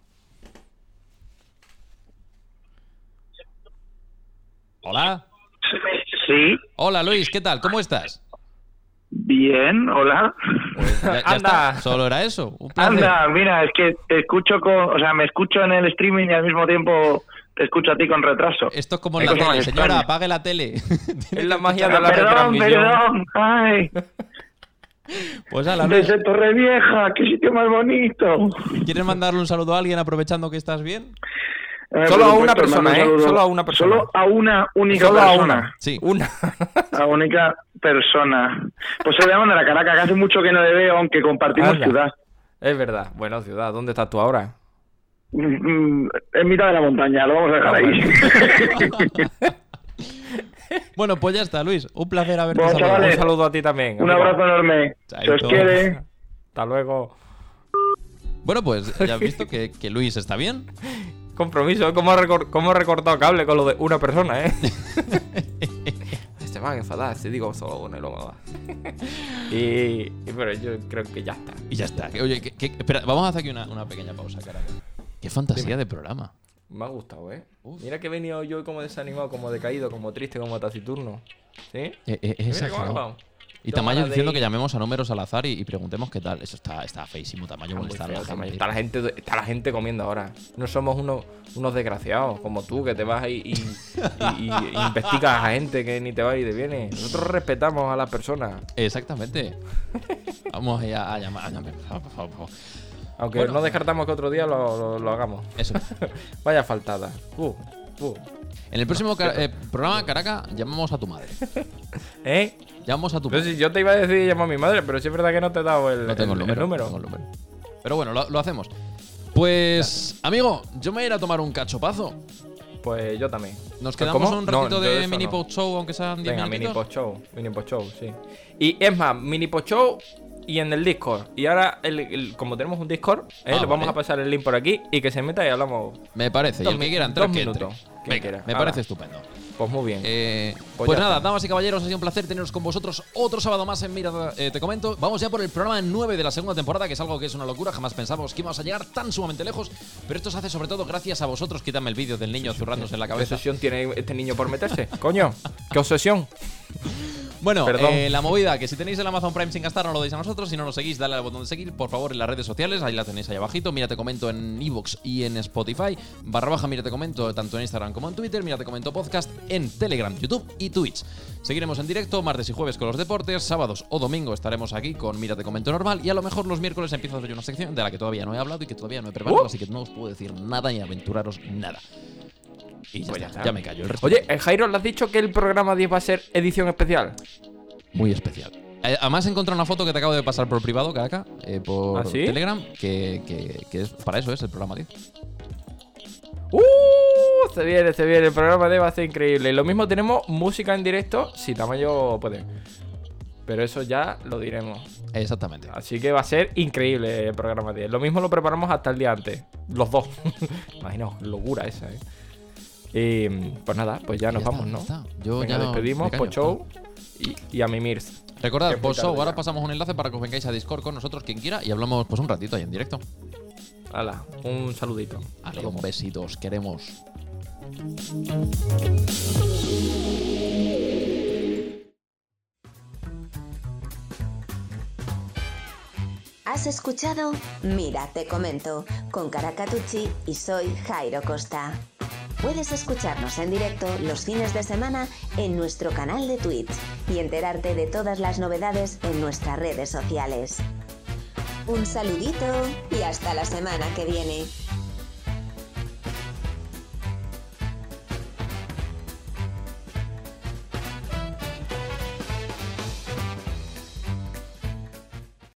Speaker 3: Hola.
Speaker 8: Sí,
Speaker 3: Hola Luis, ¿qué tal? ¿Cómo estás?
Speaker 8: bien, hola.
Speaker 3: Ya, ya
Speaker 2: Anda.
Speaker 3: está. Solo era eso. Un
Speaker 2: Ah,
Speaker 3: placer.
Speaker 8: Anda, mira, es que te escucho con, o sea, me escucho en el streaming y al mismo tiempo te escucho a ti con retraso.
Speaker 3: Esto es como en
Speaker 8: Es
Speaker 3: la
Speaker 8: como
Speaker 3: tele.
Speaker 8: en
Speaker 3: Señora,
Speaker 8: España.
Speaker 3: apague la tele.
Speaker 2: Es la magia de la
Speaker 8: perdón,
Speaker 2: retransmisión.
Speaker 8: perdón, ay.
Speaker 3: Pues a la
Speaker 8: Desde Torrevieja, qué sitio más bonito.
Speaker 3: ¿Quieres mandarle un saludo a alguien aprovechando que estás bien?
Speaker 8: Eh,
Speaker 2: Solo
Speaker 8: por
Speaker 2: a una
Speaker 8: supuesto,
Speaker 2: persona,
Speaker 8: hermano,
Speaker 2: ¿eh?
Speaker 8: saludo.
Speaker 2: Solo a una persona.
Speaker 8: Solo a una única
Speaker 2: Solo a
Speaker 8: persona.
Speaker 2: una.
Speaker 3: Sí.
Speaker 2: Una.
Speaker 8: La única persona. Pues se llama la Caracas, que hace mucho que no le veo, aunque compartimos
Speaker 2: Anda.
Speaker 8: ciudad.
Speaker 2: es verdad. Bueno, ciudad, ¿dónde estás tú ahora?
Speaker 8: Mm, mm, En mitad de la montaña, lo vamos a dejar
Speaker 2: Ah,
Speaker 8: ahí.
Speaker 3: Bueno, pues ya está, Luis. Un placer haberte
Speaker 8: Bueno,
Speaker 3: saludado.
Speaker 2: Un
Speaker 8: chavales.
Speaker 2: saludo a ti también.
Speaker 8: Un
Speaker 2: amigo.
Speaker 8: abrazo enorme. Se os
Speaker 3: Chaito.
Speaker 8: quiere.
Speaker 2: Hasta luego.
Speaker 3: Bueno, pues ya has visto que, que Luis está bien.
Speaker 2: Compromiso, ¿eh? ¿Cómo ha, recor- cómo ha recortado cable con lo de una persona, eh? se van a enfadar si digo solo uno y luego más. y, y pero yo creo que ya está.
Speaker 3: Y ya está. Que- Oye, que- que- espera, vamos a hacer aquí una, una pequeña pausa, Caracas. Qué fantasía de programa.
Speaker 2: Me ha gustado, ¿eh? Mira que he venido yo como desanimado, como decaído, como triste, como taciturno. ¿Sí?
Speaker 3: Eh, eh,
Speaker 2: Mira
Speaker 3: es
Speaker 2: cómo
Speaker 3: exagerado.
Speaker 2: nos vamos.
Speaker 3: Y
Speaker 2: Yo
Speaker 3: Tamayo
Speaker 2: ganas de
Speaker 3: diciendo que
Speaker 2: ir.
Speaker 3: llamemos a números al azar y, y preguntemos qué tal. Eso está, está feísimo, Tamayo,
Speaker 2: Está muy
Speaker 3: molestar a
Speaker 2: feo,
Speaker 3: la
Speaker 2: Tamayo.
Speaker 3: gente.
Speaker 2: Está la gente, está la gente comiendo ahora. No somos unos, unos desgraciados como tú que te vas ahí y, y- y- y investigas a gente que ni te va y te viene. Nosotros respetamos a las personas,
Speaker 3: Exactamente. Vamos ahí a, a llamar. a llamar, por favor, por favor.
Speaker 2: aunque
Speaker 3: Bueno.
Speaker 2: no descartamos que otro día lo, lo- lo hagamos.
Speaker 3: Eso.
Speaker 2: Vaya faltada. Uh, uh.
Speaker 3: En el próximo ca- eh, programa, Caracas, llamamos a tu madre.
Speaker 2: ¿Eh?
Speaker 3: Llamamos a tu
Speaker 2: Yo,
Speaker 3: madre.
Speaker 2: sí- yo te iba a decir llamar a mi madre, pero sí es verdad que no te he dado el,
Speaker 3: No tengo el
Speaker 2: el- el
Speaker 3: número. no tengo el número. Pero bueno, lo, lo hacemos. Pues, amigo, yo me voy a ir a tomar un cachopazo.
Speaker 2: Pues yo también.
Speaker 3: Nos
Speaker 2: ¿Cómo?
Speaker 3: quedamos un
Speaker 2: No, yo
Speaker 3: ratito de
Speaker 2: eso
Speaker 3: mini
Speaker 2: no.
Speaker 3: post show, aunque sean 10
Speaker 2: Venga, mini
Speaker 3: minutitos.
Speaker 2: post show, mini post show, sí. Y es más, mini post show y en el Discord. Y ahora, el- el- como tenemos un Discord, eh,
Speaker 3: Ah,
Speaker 2: le vamos
Speaker 3: vale.
Speaker 2: a pasar el link por aquí y que se meta y hablamos.
Speaker 3: Me parece. Y
Speaker 2: Dos
Speaker 3: el que
Speaker 2: mi-
Speaker 3: quiera entrar,
Speaker 2: dos
Speaker 3: que entre.
Speaker 2: minutos, quien
Speaker 3: Venga,
Speaker 2: quiera.
Speaker 3: Me
Speaker 2: Ala.
Speaker 3: parece estupendo.
Speaker 2: Pues muy bien.
Speaker 3: Eh, pues
Speaker 2: Pues ya
Speaker 3: nada,
Speaker 2: está.
Speaker 3: damas y caballeros, ha sido un placer teneros con vosotros otro sábado más en Mira, eh, te comento. Vamos ya por el programa 9 de la segunda temporada, que es algo que es una locura. Jamás pensábamos que íbamos a llegar tan sumamente lejos, pero esto se hace sobre todo gracias a vosotros. Quítame el vídeo del niño zurrándose en la
Speaker 2: ¿Qué
Speaker 3: cabeza.
Speaker 2: obsesión tiene este niño por meterse? Coño, qué obsesión.
Speaker 3: Bueno,
Speaker 2: Perdón.
Speaker 3: eh, la movida, que si tenéis el Amazon Prime sin gastar, no lo deis a nosotros. Si no nos seguís, dale al botón de seguir, por favor, en las redes sociales. Ahí la tenéis ahí abajito. Mira, te comento en Evox y en Spotify. Barra baja, mira, te comento tanto en Instagram como en Twitter. Mira, te comento podcast en Telegram, YouTube y Twitch. Seguiremos en directo martes y jueves con los deportes. Sábados o domingo estaremos aquí con Mira, te comento normal. Y a lo mejor los miércoles empiezo a hacer una sección de la que todavía no he hablado y que todavía no he preparado.
Speaker 2: ¡Oh!
Speaker 3: Así que no os puedo decir nada ni aventuraros nada. Y ya,
Speaker 2: Pues ya
Speaker 3: está,
Speaker 2: está.
Speaker 3: ya me callo. El resto
Speaker 2: Oye, eh, Jairo, ¿le has dicho que el programa 10 va a ser edición especial?
Speaker 3: muy especial. Eh, Además he encontrado una foto que te acabo de pasar por privado, Caraca, eh, por
Speaker 2: ¿Ah, sí?
Speaker 3: Telegram, que, que- que es, para eso es el programa 10.
Speaker 2: ¡Uh! Se viene, se viene. El programa de va a ser increíble. Y lo mismo tenemos música en directo, si Tamayo puede. Pero eso ya lo diremos.
Speaker 3: Exactamente.
Speaker 2: Así que va a ser increíble el programa 10. Lo mismo lo preparamos hasta el día antes. Los dos. Imaginaos, locura esa, ¿eh? Y, pues nada, pues ya nos
Speaker 3: Ya está,
Speaker 2: vamos, ¿no?
Speaker 3: ya está. Yo
Speaker 2: Venga,
Speaker 3: ya me
Speaker 2: despedimos,
Speaker 3: callo,
Speaker 2: Pochou y, y a Mimirs.
Speaker 3: Recordad,
Speaker 2: Que es muy
Speaker 3: Post Show,
Speaker 2: tarde
Speaker 3: ahora
Speaker 2: ya.
Speaker 3: pasamos un enlace para que os vengáis a Discord con nosotros quien quiera y hablamos pues un ratito ahí en directo.
Speaker 2: Hala, un saludito.
Speaker 3: Ale, un besito, os queremos.
Speaker 1: Has escuchado Mira, te comento con Caracatucci y soy Jairo Costa. Puedes escucharnos en directo los fines de semana en nuestro canal de Twitch y enterarte de todas las novedades en nuestras redes sociales. Un saludito y hasta la semana que viene.